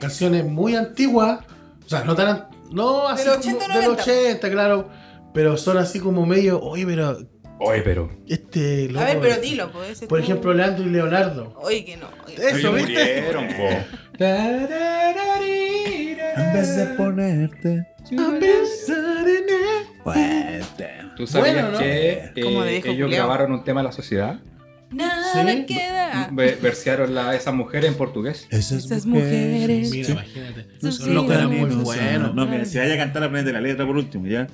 canciones muy antiguas, o sea, no tan an- no así
Del
como
80,
del
90.
80, claro, pero son así como medio, oye, pero
Oye, pero.
este
A ver,
loco,
pero dilo, pues. ese
Por
tú-
ejemplo, Eh, Leandro y Leonardo.
Oye, que no. oye.
Eso,
Oye,
¿viste?
murieron, po. En vez de
En
ponerte
pensar en él.
fuerte.
¿Tú sabías
Bueno, ¿no?
que
Como de
eh,
viejo
ellos
culiao.
grabaron un tema a la sociedad?
Nada
¿Sí?
queda.
Ve- Versearon la, esas mujeres en portugués.
Esas,
Esas mujeres.
Mira, imagínate.
Sí,
Los
sí,
locos eran muy
Caminos a-
buenos.
No, mira, si vaya a cantar, aprende la letra por último, ya.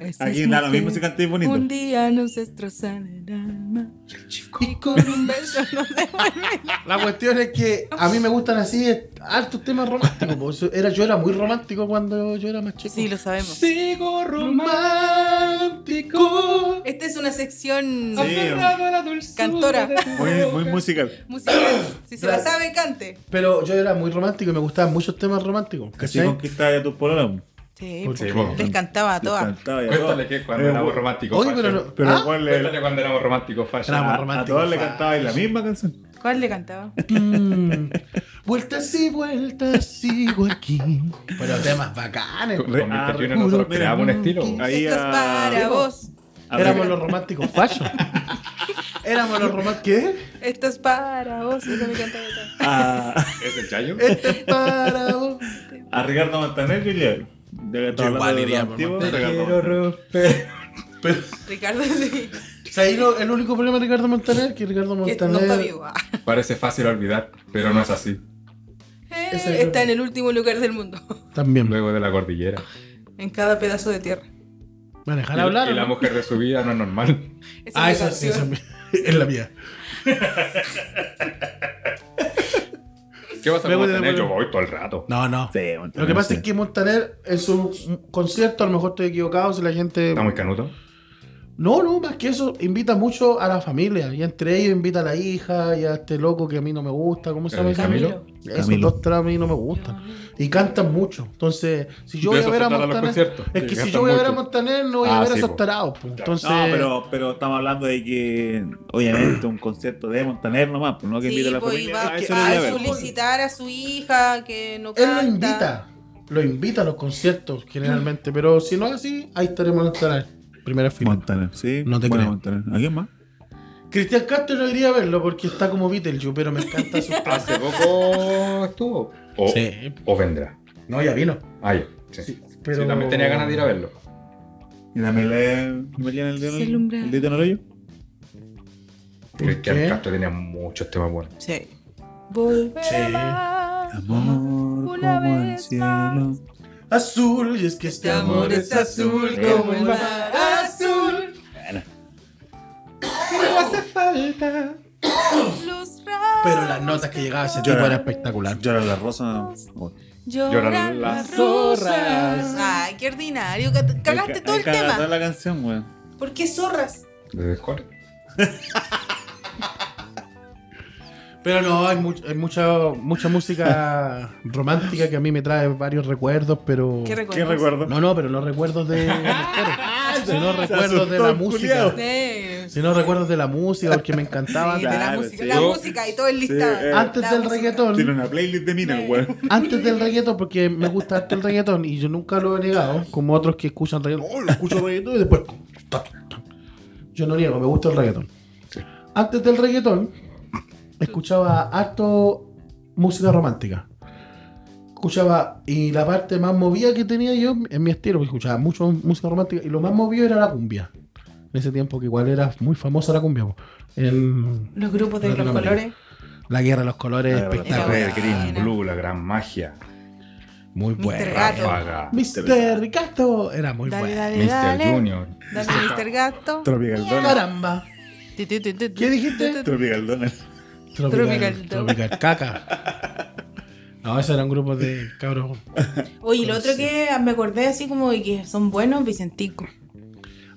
Esas
Aquí da lo mismo
mujeres
si cantáis bonito.
Un día nos destrozan el alma. Y con un beso [LAUGHS] nos devuelven.
La cuestión es que a mí me gustan así est- altos temas románticos. po. Eso Era, yo era muy romántico cuando yo era más chico.
Sí, lo sabemos.
Sigo
romántico.
Esta es una sección
Sí.
a la dulzura.
Cantora.
de tu
Muy,
boca.
muy musical.
musical. Si se la sabe, cante.
Pero yo era muy romántico y me gustaban muchos temas románticos.
Así
¿Cachai?
conquistaba ya tus pololos.
Sí,
Porque-
Sí, po.
les cantaba a todas.
Cantaba ya
Cuéntale
todo.
que cuando
Eh,
éramos románticos.
Oye,
fashion.
pero no.
Pero
¿Ah?
igual le-
Cuéntale cuando éramos románticos, fashion. Ah,
Éramos
a, a
románticos,
todos le
fa-
cantaba la misma canción.
¿Cuál le cantaba?
Mm. Vueltas y vueltas sigo aquí. Pero temas bacanes.
Con
po.
Re-
Mr.
ah,
Junior
re-
nosotros
mira,
creamos un
mm,
estilo.
mm. Ahí
Esto es
a-
para vos.
Éramos
Abre-
los románticos fashion. Éramos los románticos. ¿Qué?
Esto es para vos. Eso me cantaba a todas.
a,
¿Es el Chayo?
Este es para vos.
a Ricardo Montaner, yo ya. Ya que estaba
Yo igual
hablando de
iría
los
por
antiguos,
Montaner.
Ricardo
Quiero
Montaner.
romper.
Ricardo, sí.
O sea, ahí lo- el único problema de Ricardo Montaner que Ricardo
Que no está
Montaner.
vivo. Ah.
Parece fácil olvidar, pero no es así.
Eh,
Es el-
Está en el último lugar del mundo.
También.
Luego de la cordillera.
En cada pedazo de tierra.
¿Me dejar
Y-
hablar?
Y
o
la
no?
mujer de su vida no es normal.
Esa es
Ah,
mi
esa sí, esa es,
canción.
mi- [LAUGHS] es la mía.
¿Qué vas a
Luego de la
tener? Yo
mujer-
voy todo el rato.
No, no.
Sí, Montaner,
Lo que pasa
sí.
es que Montaner en su concierto, a lo mejor estoy equivocado, si la gente...
Está muy canuto.
No, no, más que eso, invita mucho a la familia. Y entre ellos invita a la hija y a este loco que a mí no me gusta. ¿Cómo se llama? ese?
Camilo.
Esos
Camilo.
dos tres a mí no me gustan. Y cantan mucho. Entonces, si yo
De
voy a
eso
ver
se
a
tratan los
Montaner...
conciertos,
Es
de
que
que
si yo
cantan
voy a ver a
mucho.
Montaner, no voy a
Ah,
ver a
sí,
esos
po.
tarados. po. Entonces...
No, pero, pero estamos hablando de que, obviamente, un concierto de Montaner nomás, pues, no que invite a la
pues,
familia.
va
Ah,
a,
eso no iría a ver.
solicitar a su hija que no
Él
canta.
lo invita. Lo invita a los conciertos generalmente. Pero si no es así, ahí estaremos Montaner. Primera fila.
Montaner, sí.
No te
bueno,
creo.
Montaner. ¿A quién más?
Cristian Castro no iría a verlo porque está como Beetlejuice, pero me encanta
[LAUGHS]
su
Hace poco estuvo. Ah, O,
Sí.
o vendrá.
No, ya vino.
Ah, ya. Sí.
Sí, pero-
pero... también tenía ganas de ir a verlo.
¿Y la Melé? ¿Melé en el dedo?
Se alumbra.
¿El dedo en el hoyo?
¿Por
Cristian
qué?
Castro tenía muchos temas buenos.
Sí. Volver
Sí.
a amar.
Amor
Una
como el
vez
cielo.
Azul, y es que este amor es azul como el mar azul. No hace falta.
Los rayos
Pero las notas que llegaba ese tipo
Llora.
era espectacular.
Llora la rosa.
lloran
lloran
las
las
zorras. Ay, qué ordinario. ca- Cagaste
Ahí ca-
todo
ahí
el
caga
tema.
toda la canción, weón.
¿Por qué zorras?
Desde el cole.
Pero no, hay, much- hay mucha, mucha música [LAUGHS] romántica que a mí me trae varios recuerdos, pero.
¿Qué recuerdo?
Uh, ¿Qué recuerdo?
No, no, pero no recuerdos de. sino recuerdos de
asustó
la
el
música.
culiao.
Eh, sí,
Sino recuerdos de la música, porque me encantaba.
de la
claro,
música.
sí.
La
Yo-
música y todo el
sí,
listado.
eh.
Antes
La
del
música.
Tiene
reggaetón,
una playlist de minas, weón.
[LAUGHS]
antes del reggaetón, porque me gusta harto el reggaetón y yo nunca lo he negado, como otros que escuchan reggaetón, oh, lo escucho reggaetón y después. ta, ta". Yo no niego, me gusta el reggaetón. Antes del reggaetón, escuchaba harto música romántica. Escuchaba, y la parte más movida que tenía yo en mi estilo, porque escuchaba mucho música romántica, y lo más movido era la cumbia. En ese tiempo, que igual era muy famosa la cumbia. po. En
Los grupos de
No,
los
no, no,
colores.
la guerra de los colores,
Ah, la verdad.
espectacular.
Red, Green, Blue, La Gran Magia.
Muy
Mr.
bueno.
Gato.
Ráfaga.
Mr. Ricato era muy
Dale,
bueno.
dale,
Mr.
dale.
Junior.
Dale, Mr. Gato.
Tropical Donald.
Caramba.
Tu, tu, tu, tu, tu.
¿Qué dijiste?
Tropical Donald.
Tropical.
Tropical, tropical caca.
[LAUGHS]
No, esos eran grupos de cabros.
Oye, lo otro que me acordé así como de que son buenos, Vicentico.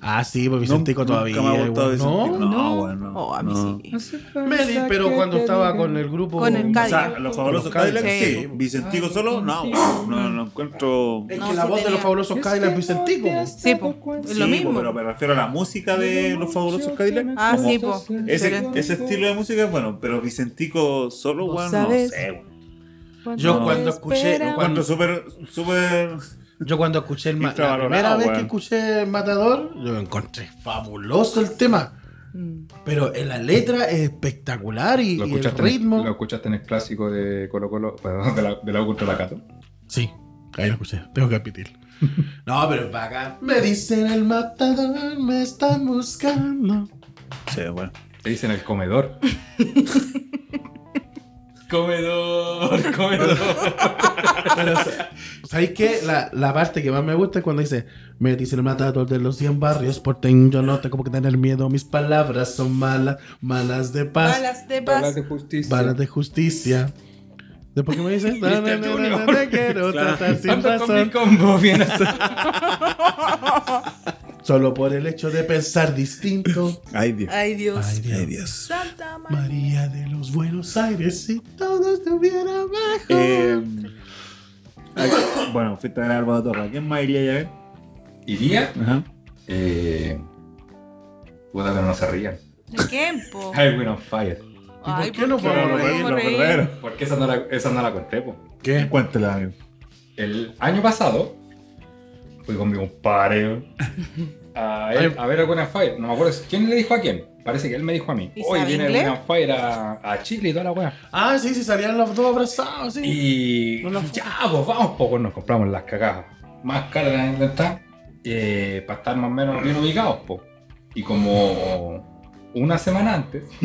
Ah, sí, pues Vicentico
Nunca
todavía.
me ha gustado
güey.
Vicentico.
No,
No, bueno, no,
Oh, a mí
no.
sí.
Medi, pero cuando estaba con el grupo.
Con el
O sea, los fabulosos
Los Cadillacs,
Cadillacs, sí.
sí.
Vicentico solo, no, no, no, no encuentro.
Es
No,
que la voz
sí
de los
tenía.
fabulosos Cadillacs Vicentico.
Sí, po. Es lo
Sí,
mismo.
Pero me refiero a la música de los fabulosos Cadillacs.
Ah,
como
sí, po.
Ese,
Pero-
ese estilo de música es bueno, pero Vicentico solo,
Vos
weón, no
sabés.
sé, weón.
Yo
No.
cuando escuché.
Espera.
cuando-
Encuentro súper, súper.
yo cuando escuché el ma- la
Infravalorado,
primera vez que
weón.
escuché Matador, yo encontré fabuloso el tema.
Mm.
Pero en la letra es espectacular y,
¿Lo
y el
escuchaste, En,
ritmo.
lo escuchaste en el clásico de Colo Colo, perdón, de la, de la U contra la Cato.
Sí, ahí lo escuché. Tengo que admitir. [LAUGHS] No, pero es bacán. Me dicen el matador, me están buscando.
Sí, bueno.
Te dicen el comedor. comedor, comedor.
Pero, sa- ¿sabéis qué? La, la parte que más me gusta es cuando dice: Me dicen el matador de los 100 barrios, porteño, yo no tengo que tener miedo. Mis palabras son malas, malas de paz, balas,
Balas de
Balas
paz.
de justicia.
de justicia. Después que me [LAUGHS] dices, no, no, no, no, no, no, [LAUGHS]
Junior.
quiero tratar sin
Ando con mi
razón.
combo, bien hasta-
Solo por el hecho de pensar distinto.
Ay, Dios.
Ay, Dios.
Ay, Dios.
Ay, Dios.
Santa María.
María de los Buenos Aires, si todo estuviera bajo.
Eh, ay, bueno, fuiste a ver a Álvaro Torra. ¿Quién más iría a ver?
Iría.
Ajá.
Eh, puta, pero no se rían.
¿De quién, po?
[LAUGHS] I've been on fire.
Ay,
por qué no
Pero
podemos
lo
no
reí,
podemos
lo
reír?
verdadero.
Porque esa no la, esa no la conté, po.
¿Qué?
Cuéntela, amigo.
El año pasado fui con mi compadre a, él- a ver a Gwen and Fire. No me acuerdo si- quién le dijo a quién. Parece que él me dijo a mí.
¿Y
Hoy
sabe
viene
inglés?
Gwen and Fire a, a Chile y toda la weá.
Ah, sí, sí, salían los dos abrazados, sí.
Y
No la fu-
ya, pues vamos, pues nos compramos las cagadas más caras de la inventar eh, para estar más o menos bien ubicados, pues. Y como una semana antes, [LAUGHS]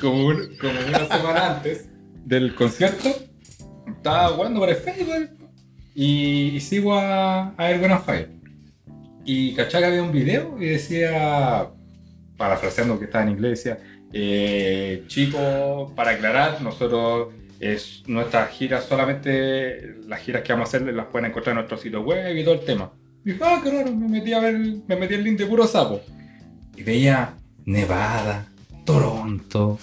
como, un- como una semana antes del concierto, estaba jugando por el Facebook y, y sigo a, a Erwin Fire. Y cachaba que había un video y decía, parafraseando que estaba en inglés, decía, eh, chicos, para aclarar, nosotros es nuestras giras solamente las giras que vamos a hacer las pueden encontrar en nuestro sitio web y todo el tema. Y dije, ah, qué raro, me metí a ver, me metí el link de puro sapo. Y veía Nevada,
[LAUGHS]
Toronto,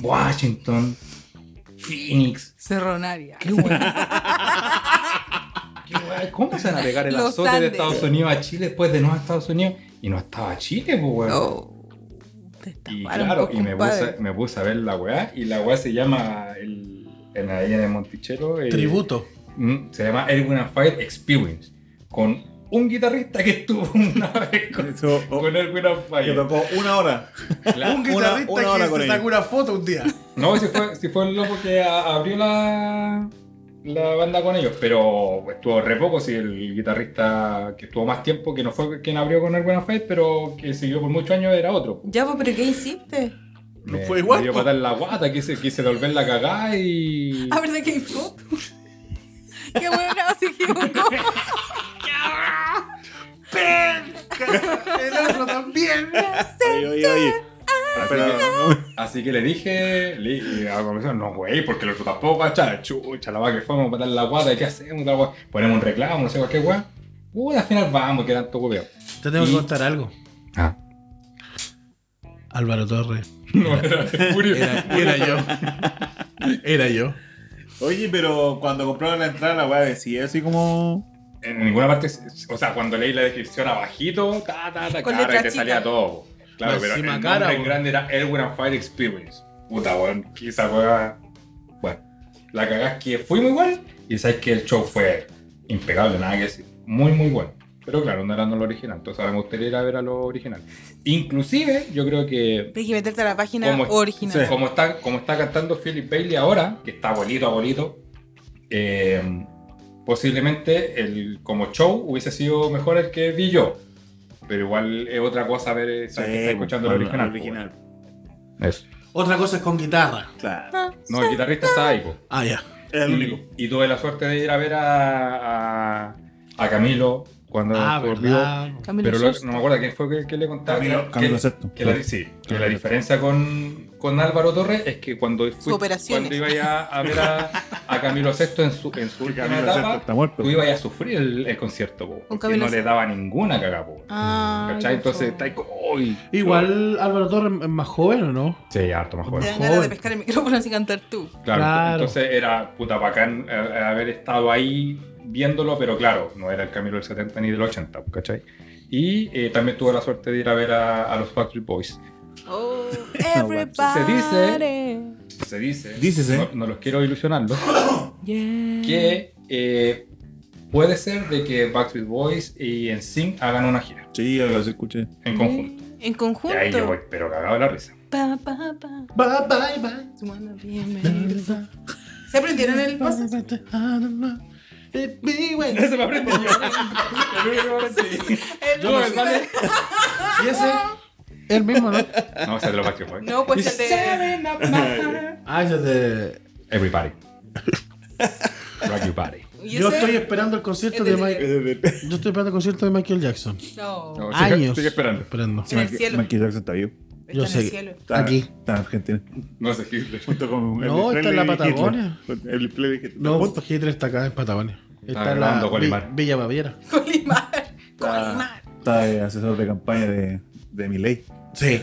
Washington, Phoenix.
Cerronaria.
Qué guay. Qué guay. ¿Cómo se van a pegar el
Los
azote de
Andes.
Estados Unidos a Chile después de no a Estados Unidos? Y no estaba Chile, pues, weón.
Oh. Te
Y
estafaron,
claro,
po,
y me
compadre.
puse, me puse a ver la weá, y la weá se llama, el, en la isla de Monticello, eh,
Tributo.
mm, se llama Erwin and Fire Experience, con un guitarrista que estuvo una [LAUGHS] vez con,
Eso, oh,
con Erwin and
que
Fire.
tocó una hora.
La-
un
una-
guitarrista
una hora
que
con
se
ellos.
sacó una foto un día.
no, si fue, si fue el loco que a- abrió la, la banda con ellos, pero estuvo re poco, si el guitarrista que estuvo más tiempo, que no fue quien abrió con Erwin and Fire, pero que siguió por muchos años era otro.
Ya, po, pero ¿qué hiciste?
No
Me-
fue igual, pues.
Me dio
po.
patada en la guata, quise, quise volver la cagada y...
Ah, ¿verdad que hay fotos? [LAUGHS] Qué bueno, se equivocó.
el otro también.
Oye, oye, oye. Pero,
Así que le dije, le dije a la comisión, no, güey, porque el otro tampoco va a echar, chucha, la va que fuimos, matar la guata, ¿qué hacemos? La guata? Ponemos un reclamo, no sé cuál qué guay. Uy, al final vamos, que tanto hueveo.
Te tengo que
Y-
contar algo.
Ah.
Álvaro Torres.
[LAUGHS] No, era Furio.
Era, era yo. Era yo.
oye, pero cuando compraron la entrada, la weá decía así como.
En ninguna parte, o sea, cuando leí la descripción abajito, ta, ta, ta,
Con
claro, y
letra
te
chica.
salía todo. Claro,
Más
pero el
encima
nombre
cara,
en
güey.
grande era Erwin and Fire Experience. Puta, weón, quizá weón. Bueno, la cagás que fui muy bueno y sabes que el show fue impecable, nada que decir. Muy, muy bueno. Pero claro, no era no lo original, entonces ahora me gustaría ir a ver a lo original. Inclusive, yo creo que
Tienes que meterte a la página
Como-
original.
como está, como está cantando Philip Bailey ahora, que está abuelito, abuelito, eh, posiblemente el, como show hubiese sido mejor el que vi yo. Pero igual es otra cosa ver eh, saber que está escuchando el
bueno,
original.
el pues, original.
po, weón. Eso.
Otra cosa es con guitarra.
Claro.
No, el guitarrista está ahí, po.
Ah, ya.
Era el
Y-
único.
Y, tuve la suerte de ir a ver a, a, a Camilo cuando
Ah,
volvió.
verdad.
Camilo
Pero lo-
Sexto.
no me acuerdo quién fue que, que le contaba.
Camilo-
que,
Camilo
que-
Sesto.
que la, sí, que la diferencia con, con Álvaro Torres es que cuando, fui-
operaciones.
cuando iba ya a ver a, a Camilo VI en su,
[LAUGHS]
en su última
Camilo
etapa,
Sesto está muerto.
tú ibas ya a sufrir el, el concierto, po, porque
Camilo
no le
Sesto.
daba ninguna cagada. po,
Ah,
¿cachai?
qué
Entonces
fome.
está ahí como, "Uy".
Igual Álvaro Torres es más joven, ¿o no?
Sí, harto más joven.
Te dan
Joven.
ganas de pescar el micrófono y cantar tú.
Claro,
Claro.
entonces era puta bacán eh, haber estado ahí viéndolo, pero claro, no era el Camilo del 70 ni del 80, ¿cachai? Y eh, también tuve la suerte de ir a ver a, a los Factory Boys.
[LAUGHS] Oh,
Se dice,
everybody.
se dice,
Dícese.
no, no los quiero ilusionarlos, que eh, puede ser de que Backstreet Boys y NSYNC hagan una gira
Sí, algo así escuché.
en conjunto.
En
Y ahí yo voy,
conjunto.
pero cagado de la risa.
Pa, pa, pa.
Bye, bye, bye.
Su mano bienvenida. ¿Se aprendieron el paso?
It be when- [LAUGHS]
Eso me aprendí [LAUGHS] yo. El único que me aprendí. Yo, ¿vale?
Y ese, el mismo, ¿no?
No, ese es de los Backstreet Boys.
No, pues el de. [LAUGHS]
Ah, ese es de-
Everybody. Rock your body.
¿y
Yo
ese?
estoy esperando el concierto
El
de
Eh, de-
Michael. Yo estoy esperando el concierto de Michael Jackson.
No,
No, sigue-
Años.
sigue esperando.
Esperando.
en el cielo.
Michael Jackson está vivo.
Está
Yo
en
sé
el
que-
cielo. [LAUGHS]
Está-
Aquí.
Está en Argentina.
No sé qué.
Junto con
No, está en la
Hitler.
Patagonia.
El plebe Hitler.
No, Hitler está acá en Patagonia. Está en la
grabando Colimar.
Vi- Villa Baviera.
Colimar.
Está,
Colimar.
está de asesor de campaña de, de Milei.
Sí.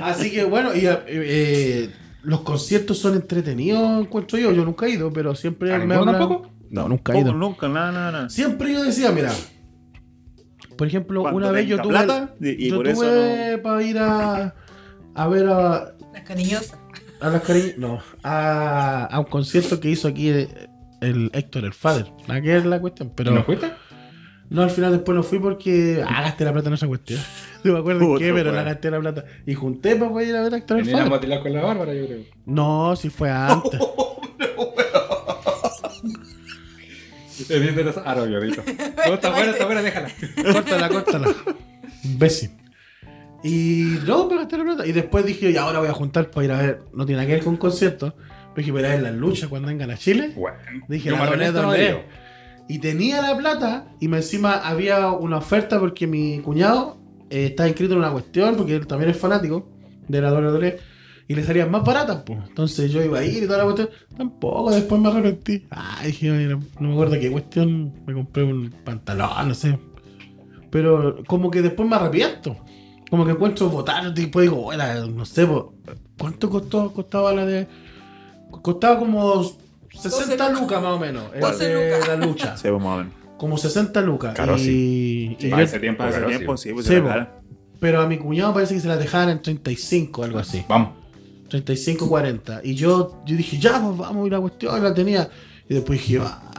Así que bueno, y, eh, eh, los conciertos son entretenidos, encuentro yo. Yo nunca he ido, pero siempre
¿A
me
ninguno
hablan-
tampoco?
No, nunca he ido.
Poco, nunca, nada, nada, nada.
Siempre yo decía, mira, por ejemplo,
Cuando
una vez yo
tenga
tuve,
plata, y- y
yo
por eso
tuve para ir a, a ver a,
Las cariñosas.
a las cari- no, a, a un concierto que hizo aquí eh, el Héctor, el Father. Nada que ver la cuestión, pero...
¿No fuiste?
No, al final después no fui porque ah, gasté la plata en esa cuestión. [LAUGHS] No me acuerdo en
Puta,
qué, pero la
weón.
gasté la plata. Y junté para poder ir a ver a Actor
Venía a matilar con la Bárbara, yo creo.
No, si fue
[LAUGHS]
antes.
El de las- Ah, no, yo ahorita. No, está buena, está buena, déjala.
córtala, córtala. Imbécil. Y no, me gasté la plata. Y después dije, y ahora voy a juntar para ir a ver. No tiene nada que ver con conciertos. Pero dije, pero es la lucha cuando vengan a Chile.
Bueno.
Dije,
yo
la
para
doné,
esto no
doné.
digo.
Y tenía la plata y me encima había una oferta porque mi cuñado eh, estaba inscrito en una cuestión, porque él también es fanático de la WWE, y le salían más baratas, pues. Entonces yo iba a ir y toda la cuestión. Tampoco, después me arrepentí. Ah, dije, "Oye, no, no me acuerdo qué cuestión, me compré un pantalón, no sé. Pero como que después me arrepiento. Como que encuentro votar, después digo, bueno, no sé, po, ¿cuánto costó, costaba la de...? Costaba como 60
lucas.
lucas más o menos. eh,
12
de
lucas.
La lucha.
Se vamos a ver.
Como 60 lucas.
Caro,
y, y
Para
yo-
ese tiempo,
Para ese
claro, sí.
tiempo, sí, pues
Sí,
se
po.
la cara.
pero a mi cuñado parece que se la dejaban en 35, algo así.
Vamos.
35, 40. Y yo, yo dije, ya, pues vamos, y la cuestión la tenía. Y después dije, va,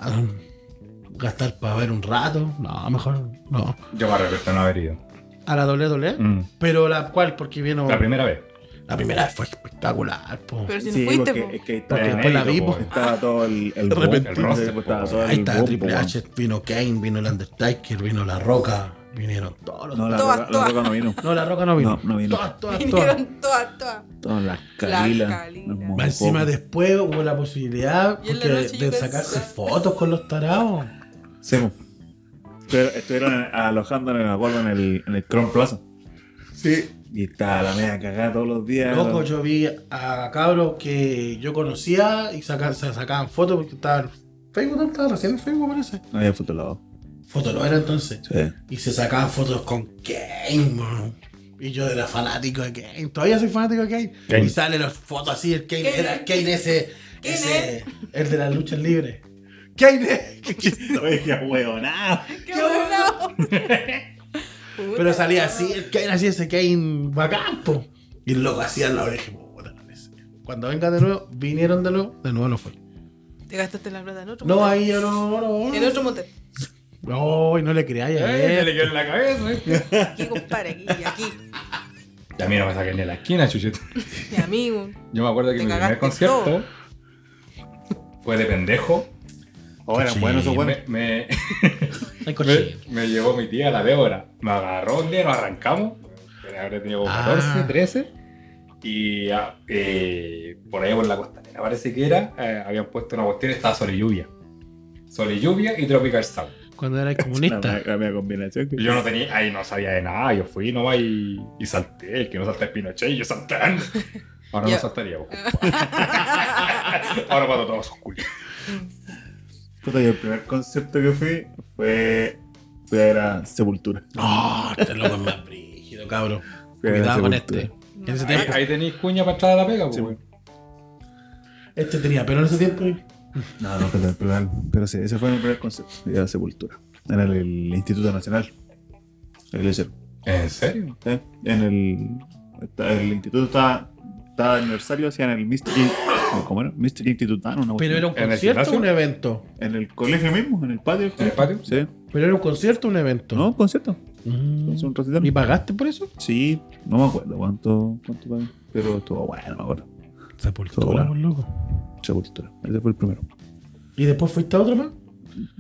gastar para ver un rato. No, mejor no.
Yo me arrepiento de no haber ido.
A la doble doble.
Mm.
Pero la cual, porque vino.
La primera vez.
la primera vez fue espectacular. po.
Pero si
Sí,
no fuiste,
porque
po.
es que ahí estaba,
Porque después la vi,
Inédito,
po.
po.
estaba todo el, el boom,
Repentino.
el roster, pues, estaba todo
Ahí
el
está
boom, pues,
Triple
po,
H, vino Kane, vino el Undertaker, vino La Roca, vinieron todos los.
No, la,
Todas,
roca, la
todas.
roca no vino.
No, La Roca no vino.
No, no vino.
Todas, todas, todas.
[LAUGHS] Vinieron todas, todas.
Todas las
Las
calilas.
Calilas.
los mocos.
Más Encima después hubo la posibilidad
Y en la
porque
noche yo
de sacarse
pensaba-
fotos con los tarados.
Sí, po. Pero Estuvieron alojando en el acuerdo en el, en el Crown Plaza. Sí. Y estaba la media cagada todos los días.
Loco, yo vi a cabros que yo conocía y saca- se sacaban fotos porque estaban en Facebook, ¿no? Estaba recién en Facebook parece.
No había fotolado.
Fotos no era entonces.
Sí.
Y se sacaban fotos con Kane, bro. Y yo era fanático de Kane. Todavía soy fanático de Kane.
Kane.
Y salen las fotos así, el Kane,
Kane.
era Kane ese,
Kane.
ese, el de las luchas libres. Kane.
Oye, qué huevonado.
¡Qué bueno! [LAUGHS]
Pero salía así, el Kane así, ese Kane bacán, po. Y el loco hacía la oreja, po, puta, la vez. Cuando venga de nuevo, vinieron de nuevo, de nuevo no fue.
Te gastaste la plata en otro
No,
motel.
ahí yo no, no,
En
no.
otro motel.
No, y no le creáis a
Eh, se le
él.
quedó en la cabeza. ¿eh?
Aquí, compadre, aquí y aquí.
Y a mí no me saqué ni a la esquina, chuchito.
Mi amigo.
Yo me acuerdo que
Te
mi primer
cagaste
concierto fue de pendejo.
Oh, eran buenos esos buenos.
Me, me,
Ay,
me,
cochino.
[LAUGHS] me llevó mi tía, la Débora. Me agarró un día, nos arrancamos. Habré tenido como
Ah.
14, 13. Y ah, eh, por ahí por la costanera, parece que era, eh, habían puesto una cuestión, estaba Sol y Lluvia. Sol y Lluvia y Tropical Sound.
Cuando era
La,
comunista.
[LAUGHS]
mea- la mea combinación.
Yo no tenía, ahí no sabía de nada, yo fui nomás y, y salté, el que no salta es Pinochet y yo salté. Ahora
Ya.
no saltaría, po. Ahora cuando todos son culiados.
Puta, yo el primer concierto que fui fue. Fui a ver a Sepultura.
No, este loco es más brígido, cabrón.
Fui a ver a
Cuidado con
Sepultura.
este. [LAUGHS] En ese
Ahí,
tiempo.
ahí tenéis cuña para entrar a la pega, po,
Sí.
weón.
Este tenía pero en ese tiempo.
No, no, pero, pero, pero sí, ese fue mi primer concierto. Fui a Sepultura. Era el, el Instituto Nacional. El Lecher.
¿En serio?
¿eh? En el, está- el instituto estaba, estaba de aniversario, hacían el Mr. In- ¿Cómo era? Mr. Institutano. una
Pero
cuestión.
era un
¿En el
concierto o
gimnasio?
un evento.
En el colegio mismo, en el patio.
¿En el patio?
Sí.
Pero era un concierto o un evento.
No, un concierto.
Mm.
Entonces, un recital.
¿Y pagaste por eso?
Sí, no me acuerdo cuánto, cuánto pagué. Pero estuvo bueno, me acuerdo.
Sepultura,
por
loco.
Sepultura. Ese fue el primero.
¿Y después fuiste a otro más?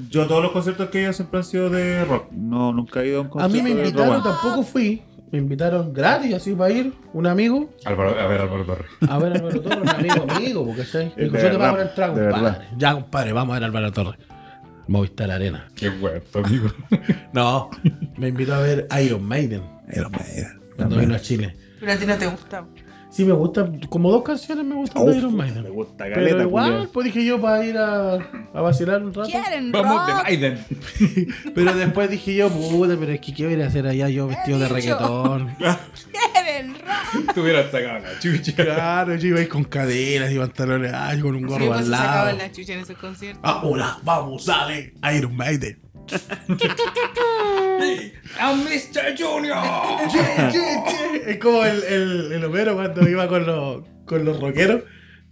Yo todos los conciertos que he ido siempre han sido de rock. No, nunca he ido a un
A
concierto
mí me
de rock
invitaron,
band.
tampoco fui. Me invitaron gratis, así para ir, un amigo,
Álvaro- a ver, Álvaro Torres.
a ver a Álvaro Torres, un amigo amigo, porque
[LAUGHS]
¿sabes?
Es
Dijo, yo
de
te
verdad,
pago la entrada,
de
compadre.
verdad.
Ya, compadre, vamos a ver a Álvaro Torres. Movistar Arena.
Qué weón, tu amigo.
No, [LAUGHS] me invitó a ver Iron Maiden
Iron Maiden.
cuando
También.
vino a Chile.
Pero a ti no te gusta.
Sí, me gustan, como dos canciones me gustan de
Uf,
Iron
Me
Maiden.
gusta
Pero
caleta,
igual,
culiao.
pues dije yo para ir a, a vacilar un rato.
Quieren
Vamos de
rock.
Biden.
Pero después dije yo, puta, pero es que qué voy a ir a hacer allá yo vestido de
dicho.
reggaetón.
[LAUGHS]
Quieren rock.
Tuvieran sacado la chucha.
Claro, yo iba a ir con cadenas y pantalones altos, con un
Sí,
gorro
pues
al
se sacaba
lado.
la chucha en esos conciertos.
Ahora, vamos, dale, Iron Maiden.
¡I'm Mr.
[LAUGHS]
Junior!
es como el, el, el Homero cuando iba con los, con los rockeros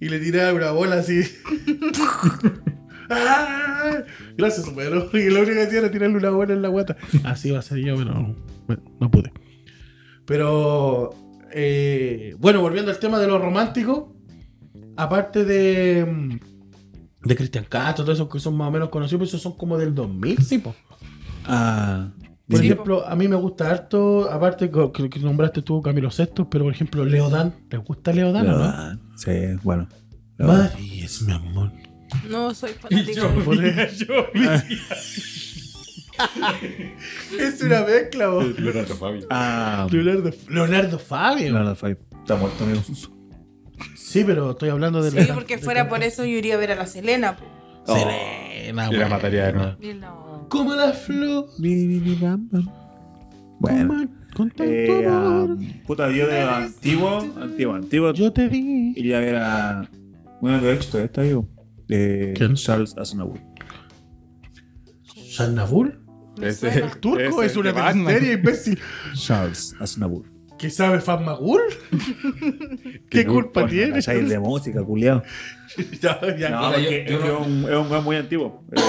y le tiraba una bola así. Ah, Gracias, Homero. Y lo único que hacía era tirarle una bola en la guata. Así va a ser yo, pero no, no pude. Pero, eh, bueno, volviendo al tema de lo romántico, aparte de, mm, de Cristian Castro, todos esos que son más o menos conocidos, pero esos son como del 2000, sí, po.
Ah.
Por
dime.
ejemplo, a mí me gusta harto, aparte co- que, que nombraste tú Camilo Sexto, pero por ejemplo Leodán, ¿les gusta Leodán o
Ah,
no?
Leodán. Sí, bueno. Leodán.
Madre es mi amor. [LAUGHS]
No, soy
Y
fanático.
yo, mira, yo, [LAUGHS] mira.
Es una mezcla, vos.
Leonardo Fabio.
Ah,
Leonardo, Leonardo Fabio.
Leonardo Fabio. Está muerto, amigo.
Sí, pero estoy hablando de
Sí,
Leodán.
porque
De-
fuera por eso yo iría a ver a la Selena. po.
Selena,
Yo Oh. la
güey.
mataría de nuevo.
Y No.
Como la flor.
Bueno.
como- Con tanto
Eh, ah,
amor.
puta, yo de antiguo, antiguo, antiguo.
Yo te vi.
Y ya era. Bueno, de hecho, todavía está vivo. Eh,
¿Quién?
Charles Aznavour.
¿Sanabul?
Ese
suena.
[LAUGHS]
el
Turco es,
ese el
una
de Batman.
teleserie, imbécil.
Charles Aznavour.
¿Qué sabe Fan [LAUGHS] Magul? ¿Qué culpa tiene?
Es de música, culiao.
[LAUGHS] Ya, ya.
No,
yo-
porque
yo no-
es, que es un, es un weón muy antiguo. Eh,